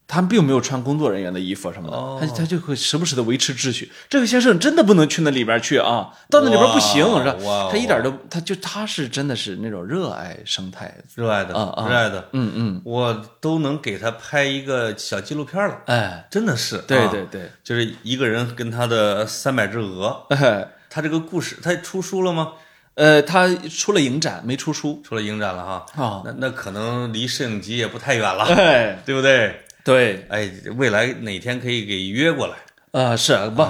Speaker 2: 他并没有穿工作人员的衣服什么的，
Speaker 1: 哦
Speaker 2: 他他就会时不时的维持秩序。这位先生真的不能去那里边去啊，到那里边不行，
Speaker 1: 哇
Speaker 2: 是
Speaker 1: 哇
Speaker 2: 吧？他一点都，他就他是真的是那种热爱生态，
Speaker 1: 热爱的，
Speaker 2: 啊啊
Speaker 1: 热爱的，
Speaker 2: 嗯嗯，
Speaker 1: 我都能给他拍一个小纪录片了，
Speaker 2: 哎，
Speaker 1: 真的是，
Speaker 2: 对
Speaker 1: 啊
Speaker 2: 对对，
Speaker 1: 就是一个人跟他的三百只鹅，
Speaker 2: 哎
Speaker 1: 他这个故事，他出书了吗？
Speaker 2: 呃，他出了影展没出书
Speaker 1: 出了影展了哈，
Speaker 2: 啊，
Speaker 1: 那那可能离摄影集也不太远了，
Speaker 2: 哎，
Speaker 1: 对不对？
Speaker 2: 对，
Speaker 1: 哎，未来哪天可以给约过来，
Speaker 2: 呃，是不、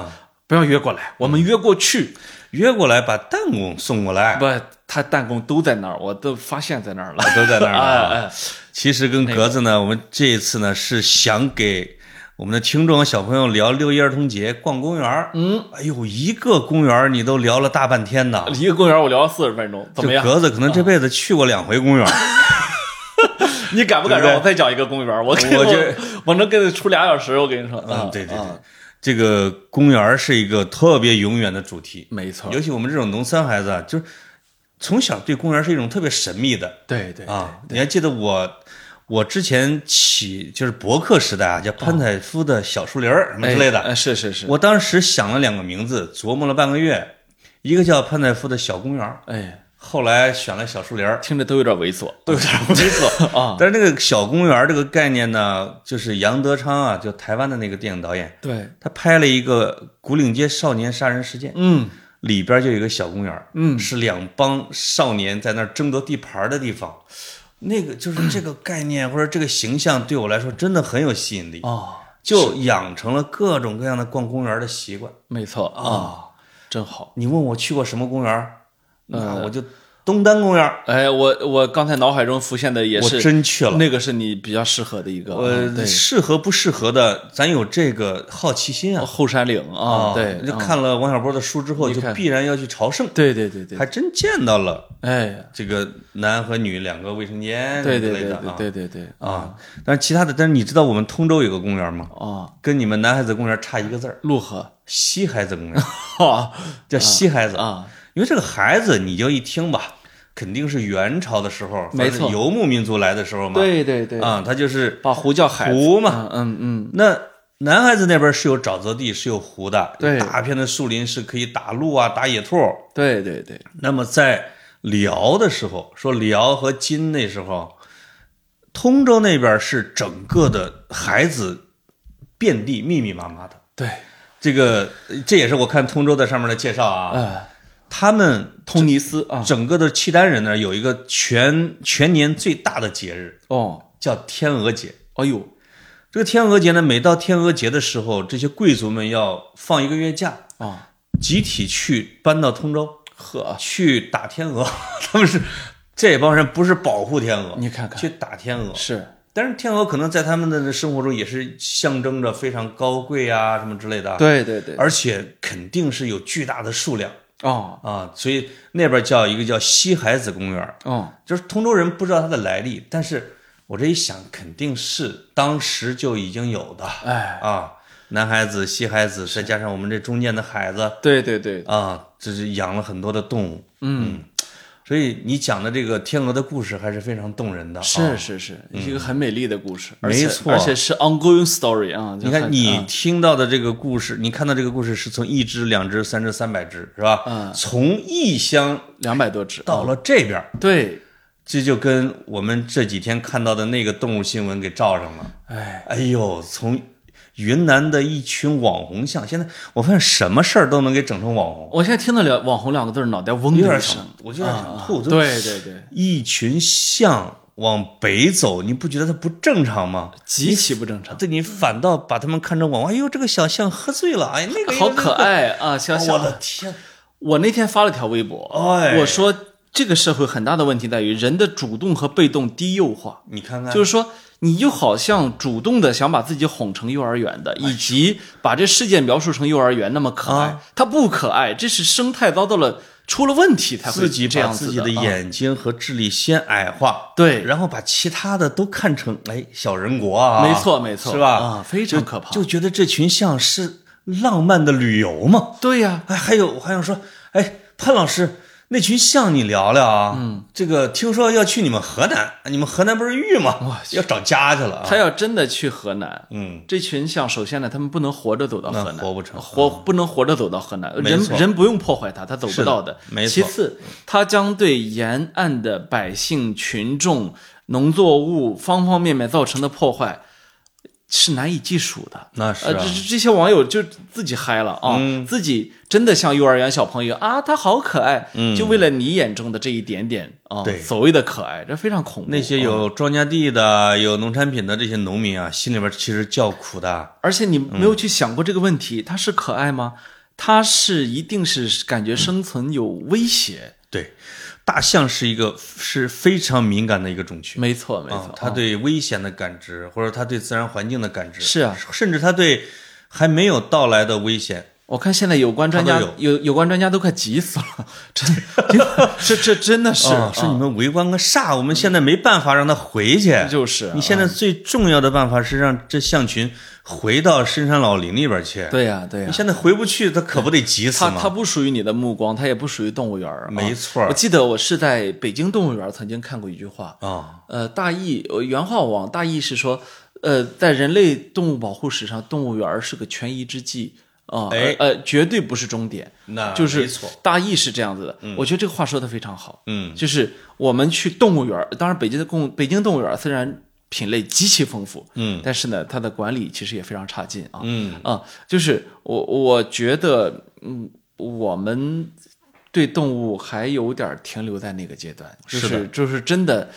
Speaker 2: 不要约过来，我们约过去。
Speaker 1: 约过来把弹弓送过来，
Speaker 2: 不，他弹弓都在那儿，我都发现在那儿了。
Speaker 1: 都在那儿了啊。
Speaker 2: 哎哎，
Speaker 1: 其实跟格子呢，我们这一次呢是想给我们的听众和小朋友聊六一儿童节逛公园嗯，哎呦，一个公园儿你都聊了大半天呢。
Speaker 2: 一个公园我聊了四十分钟，怎么
Speaker 1: 这
Speaker 2: 样？啊
Speaker 1: 格子可能这辈子去过两回公园儿，
Speaker 2: 你敢不
Speaker 1: 对
Speaker 2: 敢
Speaker 1: 不对
Speaker 2: 让我再讲一个公园？我
Speaker 1: 我
Speaker 2: 我
Speaker 1: 觉得
Speaker 2: 我能给你出俩小时，我跟你说。啊
Speaker 1: 嗯，对对对
Speaker 2: 啊，
Speaker 1: 这个公园儿是一个特别永远的主题，
Speaker 2: 没错
Speaker 1: 尤，其我们这种农村孩子啊，就是从小对公园儿是一种特别神秘的
Speaker 2: 对对对
Speaker 1: 啊。你还记得我？我之前起就是博客时代啊，叫潘采夫的小树林儿什么之类的，
Speaker 2: 哎哎是是是，
Speaker 1: 我当时想了两个名字，琢磨了半个月，一个叫潘采夫的小公园儿，
Speaker 2: 哎，
Speaker 1: 后来选了小树林儿，
Speaker 2: 听着都有点猥琐，
Speaker 1: 对不对？
Speaker 2: 啊，
Speaker 1: 但是那个小公园儿这个概念呢，就是杨德昌啊，就台湾的那个电影导演，
Speaker 2: 对，
Speaker 1: 他拍了一个《古岭街少年杀人事件》，
Speaker 2: 嗯，
Speaker 1: 里边就有一个小公园儿，嗯，是两帮少年在那儿争夺地盘儿的地方。那个就是这个概念或者这个形象对我来说真的很有吸引力，
Speaker 2: 哦，
Speaker 1: 就养成了各种各样的逛公园儿的习惯。
Speaker 2: 没错啊，真好。
Speaker 1: 你问我去过什么公园儿，那我就东单公园儿，
Speaker 2: 哎，我我刚才脑海中浮现的也
Speaker 1: 我
Speaker 2: 是，
Speaker 1: 真去了。
Speaker 2: 那个是你比较适合的一个，啊
Speaker 1: 呃，
Speaker 2: 对，
Speaker 1: 适合不适合的，咱有这个好奇心啊。
Speaker 2: 后山岭啊，对，
Speaker 1: 就
Speaker 2: 啊
Speaker 1: 看了王小波的书之后，
Speaker 2: 你
Speaker 1: 就
Speaker 2: 看
Speaker 1: 必然要去朝圣，
Speaker 2: 对对对对，
Speaker 1: 还真见到了
Speaker 2: 哎，
Speaker 1: 这个男和女两个卫生间
Speaker 2: 对
Speaker 1: 之
Speaker 2: 对
Speaker 1: 类
Speaker 2: 对
Speaker 1: 的
Speaker 2: 对
Speaker 1: 啊
Speaker 2: 对对对
Speaker 1: 啊。但是其他的，但是你知道我们通州有个公园吗？
Speaker 2: 啊，
Speaker 1: 跟你们男孩子公园差一个字儿，
Speaker 2: 陆河
Speaker 1: 西孩子公 园
Speaker 2: 啊
Speaker 1: 叫西孩子
Speaker 2: 啊，
Speaker 1: 因为这个孩子，你就一听吧，肯定是元朝的时候，
Speaker 2: 没
Speaker 1: 反
Speaker 2: 错
Speaker 1: 正游牧民族来的时候嘛。
Speaker 2: 对对对，
Speaker 1: 啊，他就是
Speaker 2: 把湖叫海
Speaker 1: 湖嘛。
Speaker 2: 嘛，嗯嗯，
Speaker 1: 那男孩子那边是有沼泽地，是有湖的，
Speaker 2: 对
Speaker 1: 大片的树林是可以打鹿啊，打野兔。
Speaker 2: 对对对，
Speaker 1: 那么在辽的时候，说辽和金那时候，通州那边是整个的孩子遍地密密麻麻的。
Speaker 2: 对，
Speaker 1: 这个呃这也是我看通州的上面的介绍啊，
Speaker 2: 哎，
Speaker 1: 他们
Speaker 2: 通尼斯啊，
Speaker 1: 整个的契丹人呢有一个全全年最大的节日
Speaker 2: 哦，
Speaker 1: 叫天鹅节。
Speaker 2: 哎呦，
Speaker 1: 这个天鹅节呢，每到天鹅节的时候，这些贵族们要放一个月假，
Speaker 2: 啊，
Speaker 1: 集体去搬到通州
Speaker 2: 呵，
Speaker 1: 去打天鹅， 他们是这帮人不是保护天鹅，
Speaker 2: 你看看
Speaker 1: 去打天鹅，
Speaker 2: 是
Speaker 1: 但是天鹅可能在他们的生活中也是象征着非常高贵啊什么之类的，，
Speaker 2: 对对对，
Speaker 1: 而且肯定是有巨大的数量
Speaker 2: 哦
Speaker 1: 啊，所以那边叫一个叫西海子公园，
Speaker 2: 哦，
Speaker 1: 就是通州人不知道它的来历，但是我这一想，肯定是当时就已经有的
Speaker 2: 哎，
Speaker 1: 啊，南海子、西海子，再加上我们这中间的海子
Speaker 2: 对对对，
Speaker 1: 啊，这是养了很多的动物，嗯，所以你讲的这个天鹅的故事还是非常动人的，啊
Speaker 2: 是是是，一个很美丽的故事，而
Speaker 1: 没
Speaker 2: 且
Speaker 1: 错
Speaker 2: 而且是 ongoing story 啊。就
Speaker 1: 你
Speaker 2: 很
Speaker 1: 看，你
Speaker 2: 啊
Speaker 1: 听到的这个故事，你看到这个故事是从一只、两只、三只、三百只，是吧？
Speaker 2: 嗯
Speaker 1: 从异乡
Speaker 2: 两百多只，
Speaker 1: 到了这边儿，
Speaker 2: 对，
Speaker 1: 这就跟我们这几天看到的那个动物新闻给罩上了。
Speaker 2: 哎，
Speaker 1: 哎呦，从云南的一群网红像，现在我发现什么事儿都能给整成网红，
Speaker 2: 我现在听到了“网红”两个字儿，脑袋嗡
Speaker 1: 有
Speaker 2: 的
Speaker 1: 点
Speaker 2: 一声
Speaker 1: 想，，我就有点想吐。就
Speaker 2: 啊对对对，
Speaker 1: 一群象往北走，你不觉得它不正常吗？
Speaker 2: 极其不正 常，
Speaker 1: 对你反倒把它们看成网红，哎呦，这个小象喝醉了，哎，那个
Speaker 2: 好可爱啊！小
Speaker 1: 我
Speaker 2: 小，
Speaker 1: 的天！
Speaker 2: 我那天发了条微博，
Speaker 1: 哎
Speaker 2: 我说这个社会很大的问题在于人的主动和被动低幼化。
Speaker 1: 你看看，
Speaker 2: 就是说，你就好像主动的想把自己哄成幼儿园
Speaker 1: 哎
Speaker 2: 的，以及把这事件描述成幼儿园那么可
Speaker 1: 啊
Speaker 2: 爱，它不可爱，这是生态遭到了出了问题才会
Speaker 1: 自己
Speaker 2: 这
Speaker 1: 把
Speaker 2: 样
Speaker 1: 自
Speaker 2: 子
Speaker 1: 己
Speaker 2: 的
Speaker 1: 的
Speaker 2: 啊
Speaker 1: 眼睛和智力先矮化，
Speaker 2: 对
Speaker 1: 然后把其他的都看成哎小人国啊，
Speaker 2: 没错没错，
Speaker 1: 是吧？
Speaker 2: 啊，非常可怕。
Speaker 1: 就觉得这群象是浪漫的旅游嘛。
Speaker 2: 对呀，
Speaker 1: 哎，还有我还想说，哎，潘老师。那群象你聊聊啊，嗯，这个听说要去你们河南，你们河南不是玉吗？要找家去了啊，
Speaker 2: 他要真的去河南，
Speaker 1: 嗯，
Speaker 2: 这群象首先呢，他们不能活着走到河南，
Speaker 1: 那活不成嗯
Speaker 2: 活不能活着走到河南。
Speaker 1: 没
Speaker 2: 人
Speaker 1: 错
Speaker 2: 人不用破坏它，它走不到的。
Speaker 1: 没错
Speaker 2: 其次，它将对沿岸的百姓群众、农作物方方面面造成的破坏是难以计数的。
Speaker 1: 那是
Speaker 2: 呃，
Speaker 1: 啊嗯
Speaker 2: 这这这些网友就自己嗨了啊，自己真的像幼儿园小朋友啊，他好可爱，就为了你眼中的这一点点啊，
Speaker 1: 嗯对
Speaker 2: 所谓的可爱，这非常恐怖。
Speaker 1: 那些
Speaker 2: 嗯
Speaker 1: 有庄稼地的、有农产品的这些农民啊，心里边其实叫苦的。
Speaker 2: 而且你没有去想过这个问题，它是可爱吗？它是一定是感觉生存有威胁，
Speaker 1: 对，大象是一个是非常敏感的一个种群，
Speaker 2: 没错没错嗯
Speaker 1: 啊，，它对危险的感知，或者它对自然环境的感知，
Speaker 2: 是啊，
Speaker 1: 甚至它对还没有到来的危险，
Speaker 2: 我看现在有关专家
Speaker 1: 它都
Speaker 2: 有有关专家都快急死了， 真的这这真的是嗯
Speaker 1: 啊是你们围观个啥？我们现在没办法让它回去，
Speaker 2: 啊就是
Speaker 1: 你现在最重要的办法是让这象群回到深山老林里边去
Speaker 2: 啊。对呀对呀
Speaker 1: 你，现在回不去，它可不得急死
Speaker 2: 它
Speaker 1: 吗？
Speaker 2: 它不属于你的目光，它也不属于动物园儿啊
Speaker 1: 没错儿
Speaker 2: 我记得我是在北京动物园儿曾经看过一句话，
Speaker 1: 啊，
Speaker 2: 呃，大意呃原话网大意是说，呃，在人类动物保护史上，动物园儿是个权宜之计啊，呃
Speaker 1: 哎哦
Speaker 2: 呃，绝对不是终点。
Speaker 1: 那
Speaker 2: 就是
Speaker 1: 没错，
Speaker 2: 大意是这样子的，我觉得这个话说的非常好。
Speaker 1: 嗯，
Speaker 2: 就是我们去动物园儿，当然北京的动北京动物园儿虽然品类极其丰富，
Speaker 1: 嗯，
Speaker 2: 但是呢，它的管理其实也非常差劲啊。
Speaker 1: 嗯
Speaker 2: 啊，就是我我觉得，嗯，我们对动物还有点儿停留在那个阶段，就是
Speaker 1: 是的
Speaker 2: 就是真的，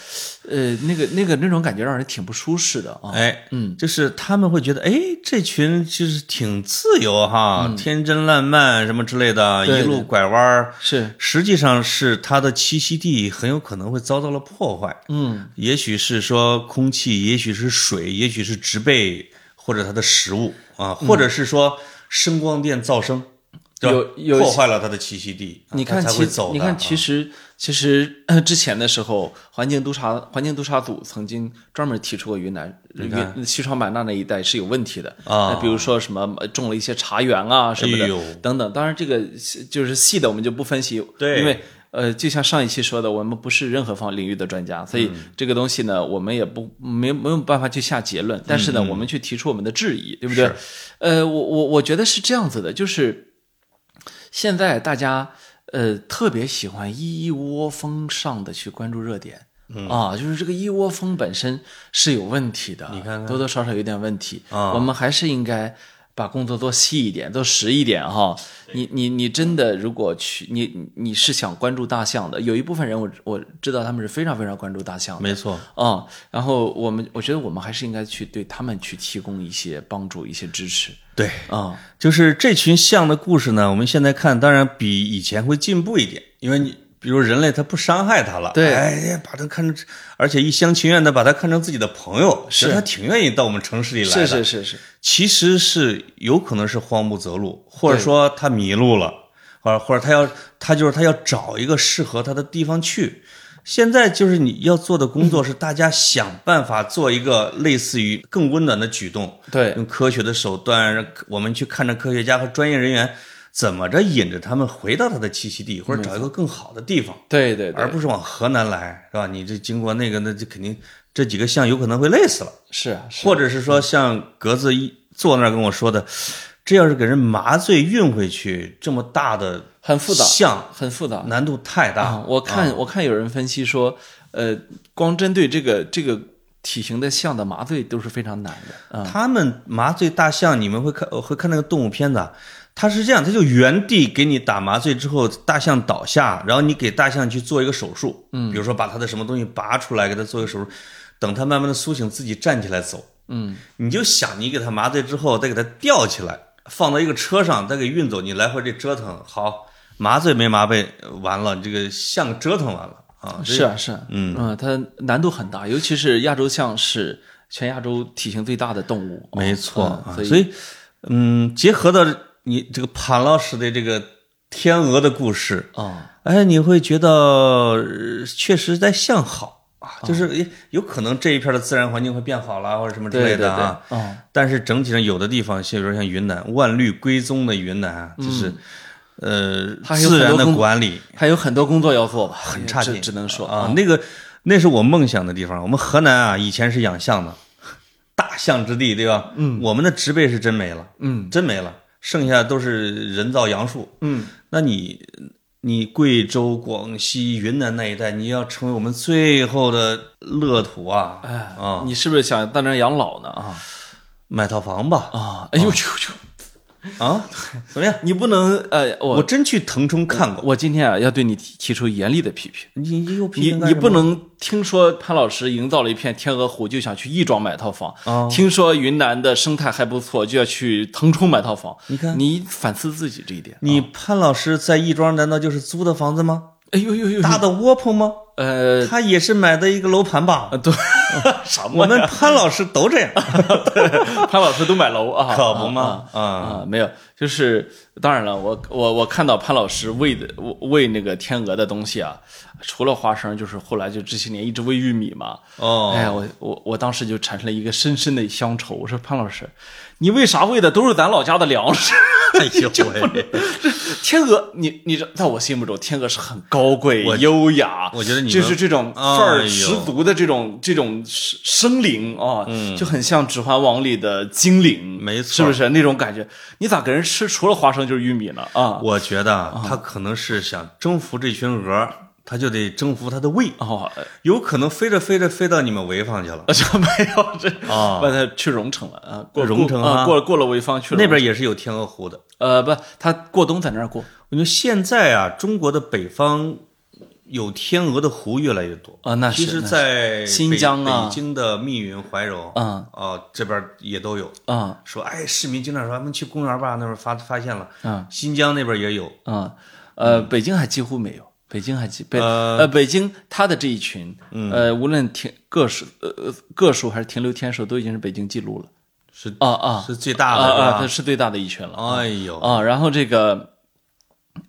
Speaker 2: 呃，那个那个那种感觉让人挺不舒适的啊。
Speaker 1: 哎，
Speaker 2: 嗯，
Speaker 1: 就是他们会觉得，哎，这群就是挺自由哈，天真烂漫什么之类的，
Speaker 2: 嗯对
Speaker 1: 一路拐弯儿。
Speaker 2: 是，
Speaker 1: 实际上是它的栖息地很有可能会遭到了破坏，
Speaker 2: 嗯，
Speaker 1: 也许是说空气，也许是水，也许是植被或者它的食物啊，
Speaker 2: 嗯
Speaker 1: 或者是说声光电噪声，对吧
Speaker 2: 有有一些
Speaker 1: 破坏了它的栖息地，啊
Speaker 2: 你看
Speaker 1: 它才
Speaker 2: 其
Speaker 1: 会走的。
Speaker 2: 你看
Speaker 1: 啊
Speaker 2: 其实其实呃之前的时候，环境督察环境督察组曾经专门提出过云南云西双版纳那一带是有问题的
Speaker 1: 啊
Speaker 2: 那比如说什么呃种了一些茶园啊什么的、
Speaker 1: 哎呦
Speaker 2: 等等。当然这个就是细的我们就不分析，
Speaker 1: 对
Speaker 2: 因为。呃，就像上一期说的，我们不是任何方领域的专家，所以
Speaker 1: 嗯
Speaker 2: 这个东西呢，我们也不没没有办法去下结论。但是呢，我们去提出我们的质疑，对不对
Speaker 1: 嗯是？
Speaker 2: 呃，我我我觉得是这样子的，就是现在大家呃特别喜欢一窝蜂上的去关注热点。
Speaker 1: 嗯
Speaker 2: 啊，就是这个一窝蜂本身是有问题的，你
Speaker 1: 看看
Speaker 2: 多多少少有点问题。
Speaker 1: 啊
Speaker 2: 我们还是应该把工作做细一点，做实一点哈。你你你真的如果去，你你是想关注大象的，有一部分人我我知道他们是非常非常关注大象的，
Speaker 1: 没错，
Speaker 2: 嗯，然后我们我觉得我们还是应该去对他们去提供一些帮助、一些支持
Speaker 1: 对，
Speaker 2: 啊、
Speaker 1: 就是这群象的故事呢，我们现在看，当然比以前会进步一点，因为你比如人类他不伤害它了，
Speaker 2: 对
Speaker 1: 哎，把它看成，而且一厢情愿的把它看成自己的朋友，
Speaker 2: 是
Speaker 1: 觉得他挺愿意到我们城市里来的，
Speaker 2: 是是是是，
Speaker 1: 其实是有可能是慌不择路，或者说他迷路了，或者或者他要他就是他要找一个适合他的地方去。现在就是你要做的工作是大家想办法做一个类似于更温暖的举动，
Speaker 2: 对
Speaker 1: 用科学的手段，让我们去看着科学家和专业人员怎么着引着他们回到他的栖息地，或者找一个更好的地方。
Speaker 2: 对对对
Speaker 1: 而，不是往河南来，是吧？你这经过那个，那就肯定这几个象有可能会累死了。
Speaker 2: 是啊是啊
Speaker 1: 或者是说像格子一坐那儿跟我说的，这要是给人麻醉运回去，这么大的
Speaker 2: 很复杂
Speaker 1: 像
Speaker 2: 很复杂
Speaker 1: 难度太大。
Speaker 2: 嗯啊。我看、我看有人分析说，呃，光针对这个这个体型的象的麻醉都是非常难的啊、
Speaker 1: 他们麻醉大象，你们会看呃会看那个动物片子啊，它是这样，它就原地给你打麻醉之后，大象倒下，然后你给大象去做一个手术，嗯，比如说把它的什么东西拔出来，给它做一个手术，等它慢慢的苏醒，自己站起来走，嗯，你就想你给它麻醉之后，再给它吊起来，放到一个车上，再给运走，你来回这折腾，好，麻醉没麻醉呃完了，你这个象折腾完了啊，这
Speaker 2: 是啊是啊，嗯它难度很大，尤其是亚洲象是全亚洲体型最大的动物，
Speaker 1: 没错
Speaker 2: 嗯
Speaker 1: 啊，
Speaker 2: 所以
Speaker 1: 所以，嗯，结合到你这个潘老师的这个天鹅的故事，
Speaker 2: 啊、
Speaker 1: 哎，你会觉得呃确实在向好啊，
Speaker 2: 哦
Speaker 1: 就是也有可能这一片的自然环境会变好啦，或者什么之类
Speaker 2: 对对对，
Speaker 1: 的
Speaker 2: 啊
Speaker 1: 啊。、但是整体上，有的地方，像比如像云南万绿归宗的云南啊，就是
Speaker 2: 嗯它
Speaker 1: 呃
Speaker 2: 还有
Speaker 1: 自
Speaker 2: 很多
Speaker 1: 然的
Speaker 2: 工
Speaker 1: 管理
Speaker 2: 还有很多工作要做吧，很
Speaker 1: 差
Speaker 2: 只
Speaker 1: 劲，
Speaker 2: 只能说
Speaker 1: 啊，那个那是我梦想的地方。我们河南啊，以前是养象的，大象之地，对吧？嗯，我们的植被是真没了，
Speaker 2: 嗯，
Speaker 1: 真没了，剩下都是人造杨树。
Speaker 2: 嗯，
Speaker 1: 那你你贵州、广西、云南那一带，你要成为我们最后的乐土啊！
Speaker 2: 哎
Speaker 1: 啊，
Speaker 2: 你是不是想到那儿养老呢？啊
Speaker 1: 买套房吧！
Speaker 2: 啊！哎呦呦呦！
Speaker 1: 啊，怎么样？
Speaker 2: 你不能呃，我
Speaker 1: 我真去腾冲看过，
Speaker 2: 我今天啊要对你提提出严厉的批评。
Speaker 1: 你你又批
Speaker 2: 你
Speaker 1: 评干
Speaker 2: 你
Speaker 1: 什么
Speaker 2: 不能听说潘老师营造了一片天鹅湖就想去亦庄买套房，
Speaker 1: 哦
Speaker 2: 听说云南的生态还不错就要去腾冲买套房。
Speaker 1: 你看
Speaker 2: 你反思自己这一点。
Speaker 1: 你潘老师在亦庄难道就是租的房子吗？
Speaker 2: 哎呦呦呦，
Speaker 1: 大的窝棚吗？
Speaker 2: 呃，
Speaker 1: 他也是买的一个楼盘吧？
Speaker 2: 对，呃什
Speaker 1: 我
Speaker 2: 么
Speaker 1: 们潘老师都 这样，
Speaker 2: 潘老师都买楼啊？
Speaker 1: 可不嘛？啊，
Speaker 2: 啊，没有，就是当然了，我我我看到潘老师喂的喂那个天鹅的东西啊，除了花生，就是后来就这些年一直喂玉米嘛。哎
Speaker 1: 哦，
Speaker 2: 呀，我我我当时就产生了一个深深的乡愁。我说潘老师，你为啥喂的都是咱老家的粮食？
Speaker 1: 哎 呦喂，
Speaker 2: 天鹅，你你知道在我心目中，天鹅是很高贵、
Speaker 1: 我
Speaker 2: 优雅，
Speaker 1: 我觉得你
Speaker 2: 就
Speaker 1: 们
Speaker 2: 是这种范儿
Speaker 1: 哎呦
Speaker 2: 十足的这种、这种生生灵啊，就很像《指环王》里的精灵，
Speaker 1: 嗯没错
Speaker 2: 是不是那种感觉？你咋给人吃除了花生就是玉米呢？啊，
Speaker 1: 我觉得啊他可能是想征服这群鹅，他就得征服它的胃，
Speaker 2: 哦，
Speaker 1: 有可能飞着飞着飞到你们潍坊去了。
Speaker 2: 呃这没有这
Speaker 1: 啊
Speaker 2: 把它去荣城了啊，过
Speaker 1: 荣城
Speaker 2: 过啊，
Speaker 1: 啊
Speaker 2: 过过了潍坊去了
Speaker 1: 那边也是有天鹅湖的。
Speaker 2: 呃不，他过冬在那儿过。
Speaker 1: 我觉得现在啊，中国的北方有天鹅的湖越来越多
Speaker 2: 啊那是
Speaker 1: 其实，在
Speaker 2: 新
Speaker 1: 北
Speaker 2: 疆啊
Speaker 1: 北京的密云、怀柔，
Speaker 2: 嗯
Speaker 1: 啊，这边也都有。
Speaker 2: 啊
Speaker 1: 说，哎，市民经常说，咱们去公园吧，那边发发现了。
Speaker 2: 嗯，
Speaker 1: 新疆那边也有。
Speaker 2: 啊呃，北京还几乎没有，北京还几北
Speaker 1: 嗯呃嗯
Speaker 2: 呃北京它的这一群，呃无论停个数呃呃个数还是停留天数，都已经是北京记录了
Speaker 1: 是
Speaker 2: 啊啊
Speaker 1: 是最
Speaker 2: 啊
Speaker 1: 大的
Speaker 2: 啊，它
Speaker 1: 是吧
Speaker 2: 是最大的一群了
Speaker 1: 哎呦，
Speaker 2: 啊。然后这个。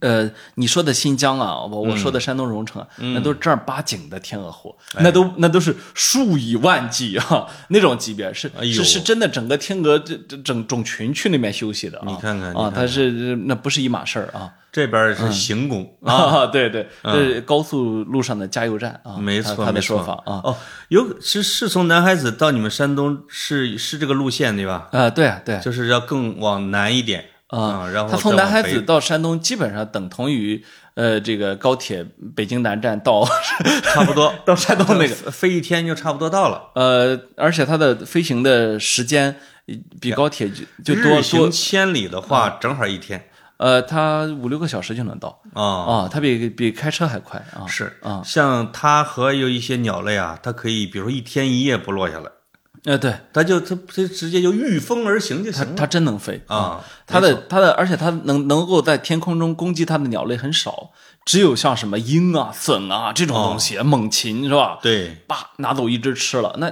Speaker 2: 呃，你说的新疆啊，我我
Speaker 1: 嗯
Speaker 2: 说的山东荣城啊，那都是正儿八经的天鹅湖，
Speaker 1: 哎
Speaker 2: 那都那都是数以万计啊，那种级别是、
Speaker 1: 哎呦
Speaker 2: 是是真的，整个天鹅这这整种群去那边休息的啊。
Speaker 1: 你看看你
Speaker 2: 啊
Speaker 1: 看，
Speaker 2: 它是那不是一码事儿啊。
Speaker 1: 这边是行宫，
Speaker 2: 啊，对对，这是高速路上的加油站啊，
Speaker 1: 嗯没错
Speaker 2: 他他的
Speaker 1: 没
Speaker 2: 说
Speaker 1: 错
Speaker 2: 法啊，
Speaker 1: 哦，有是是从南海子到你们山东是是这个路线对吧？
Speaker 2: 啊，对啊，对啊，
Speaker 1: 就是要更往南一点啊，然后
Speaker 2: 他从
Speaker 1: 再往
Speaker 2: 南海子
Speaker 1: 北
Speaker 2: 到山东，基本上等同于呃这个高铁北京南站到
Speaker 1: 差不多
Speaker 2: 到山东那个，
Speaker 1: 飞一天就差不多到了。
Speaker 2: 呃，而且它的飞行的时间比高铁就就多
Speaker 1: 日
Speaker 2: 多啊
Speaker 1: 行千里的话，正好一天
Speaker 2: 呃，它五六个小时就能到
Speaker 1: 啊。
Speaker 2: 啊，它比比开车还快啊。
Speaker 1: 是
Speaker 2: 啊，
Speaker 1: 像它和有一些鸟类啊，它可以比如说一天一夜不落下来，
Speaker 2: 呃，对，
Speaker 1: 它就它它直接就御风而行就
Speaker 2: 它
Speaker 1: 行了
Speaker 2: 它真能飞。
Speaker 1: 啊。
Speaker 2: 它的它的，而且它能能够在天空中攻击它的鸟类很少，只有像什么鹰啊、隼啊这种
Speaker 1: 哦
Speaker 2: 东西，猛禽是吧？
Speaker 1: 对，
Speaker 2: 叭拿走一只吃了，那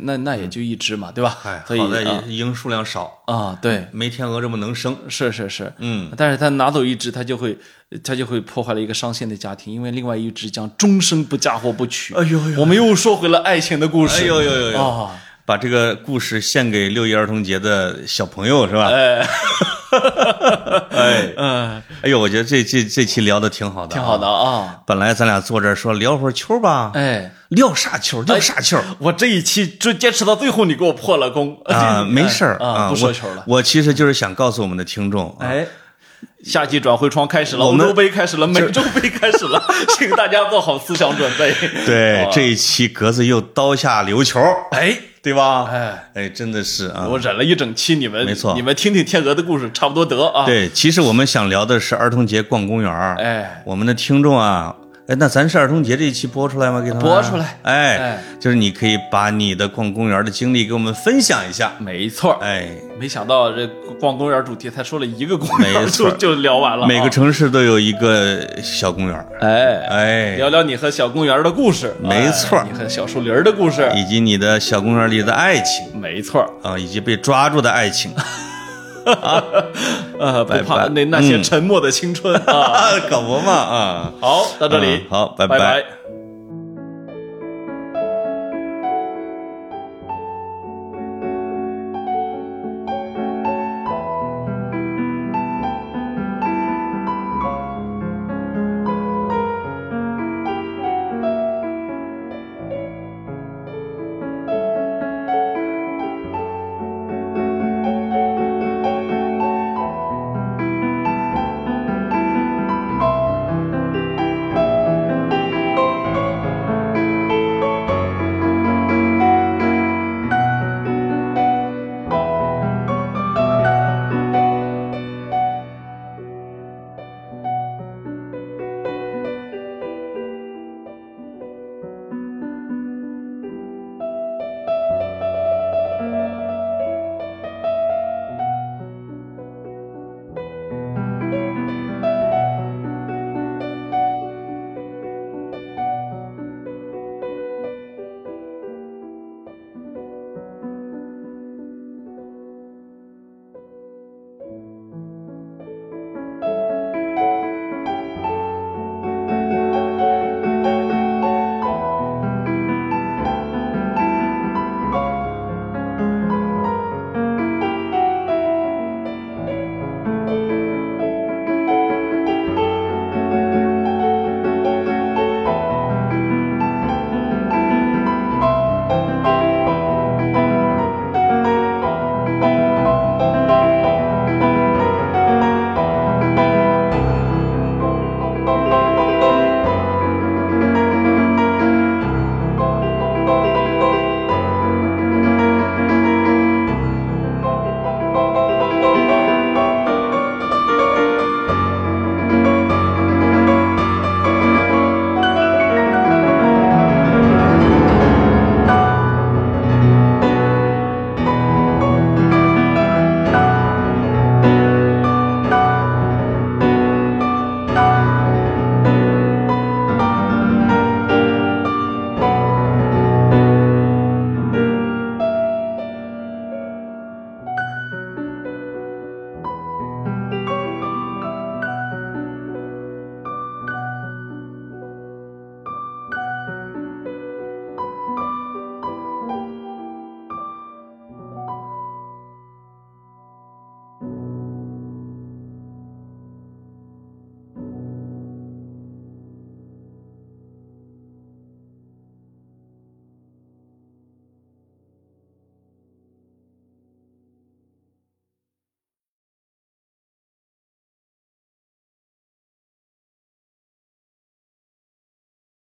Speaker 2: 那那也就一只嘛，对吧
Speaker 1: 嗨，？
Speaker 2: 所以
Speaker 1: 哎好在
Speaker 2: 啊
Speaker 1: 鹰数量少，
Speaker 2: 啊，对，
Speaker 1: 没天鹅这么能生。
Speaker 2: 是是是，
Speaker 1: 嗯，
Speaker 2: 但是它拿走一只，它就会它就会破坏了一个伤心的家庭，因为另外一只将终生不嫁或不娶。
Speaker 1: 哎呦哎呦
Speaker 2: 我们又说回了爱情的故事。
Speaker 1: 哎呦呦呦呦！
Speaker 2: 啊，
Speaker 1: 把这个故事献给六一儿童节的小朋友是吧？
Speaker 2: 哎，
Speaker 1: 哎，
Speaker 2: 嗯，
Speaker 1: 哎呦，我觉得这这这期聊的挺好的，
Speaker 2: 挺好的。啊，
Speaker 1: 本来咱俩坐这儿说聊会儿球吧，
Speaker 2: 哎。
Speaker 1: 聊啥球？聊啥球？
Speaker 2: 我这一期就坚持到最后，你给我破了功
Speaker 1: 啊，没事儿
Speaker 2: 哎啊，不说球了。
Speaker 1: 我。我其实就是想告诉我们的听众，啊，
Speaker 2: 哎，夏季转会窗开始了，
Speaker 1: 我
Speaker 2: 欧
Speaker 1: 们
Speaker 2: 洲杯开始了，美洲杯开始 了，请大家做好思想准备。
Speaker 1: 对
Speaker 2: 啊
Speaker 1: 这一期格子又刀下留球，
Speaker 2: 哎
Speaker 1: 对吧？
Speaker 2: 哎，
Speaker 1: 哎，真的是啊。
Speaker 2: 我忍了一整期，你们
Speaker 1: 没错
Speaker 2: 你们听听天鹅的故事，差不多得啊。，
Speaker 1: 对，其实我们想聊的是儿童节逛公园儿。
Speaker 2: 哎，
Speaker 1: 我们的听众啊，哎，那咱是儿童节这一期播出来吗？给他们
Speaker 2: 播出来
Speaker 1: 哎，
Speaker 2: 哎
Speaker 1: 就是你可以把你的逛公园的经历给我们分享一下。
Speaker 2: 没错儿。
Speaker 1: 哎，
Speaker 2: 没想到这逛公园主题才说了一个公园
Speaker 1: 没错
Speaker 2: 就就聊完了啊，
Speaker 1: 每个城市都有一个小公园儿，
Speaker 2: 哎
Speaker 1: 哎，
Speaker 2: 聊聊你和小公园的故事，
Speaker 1: 没错哎
Speaker 2: 哎你和小树林儿的故事，
Speaker 1: 以及你的小公园里的爱情
Speaker 2: 没错 儿。
Speaker 1: 啊，以及被抓住的爱情。
Speaker 2: 呃，不
Speaker 1: 拜
Speaker 2: 怕
Speaker 1: 拜
Speaker 2: 那那些
Speaker 1: 嗯
Speaker 2: 沉默的青春啊。
Speaker 1: 搞不嘛啊，
Speaker 2: 好，到这里
Speaker 1: 嗯，好拜
Speaker 2: 拜
Speaker 1: 拜
Speaker 2: 拜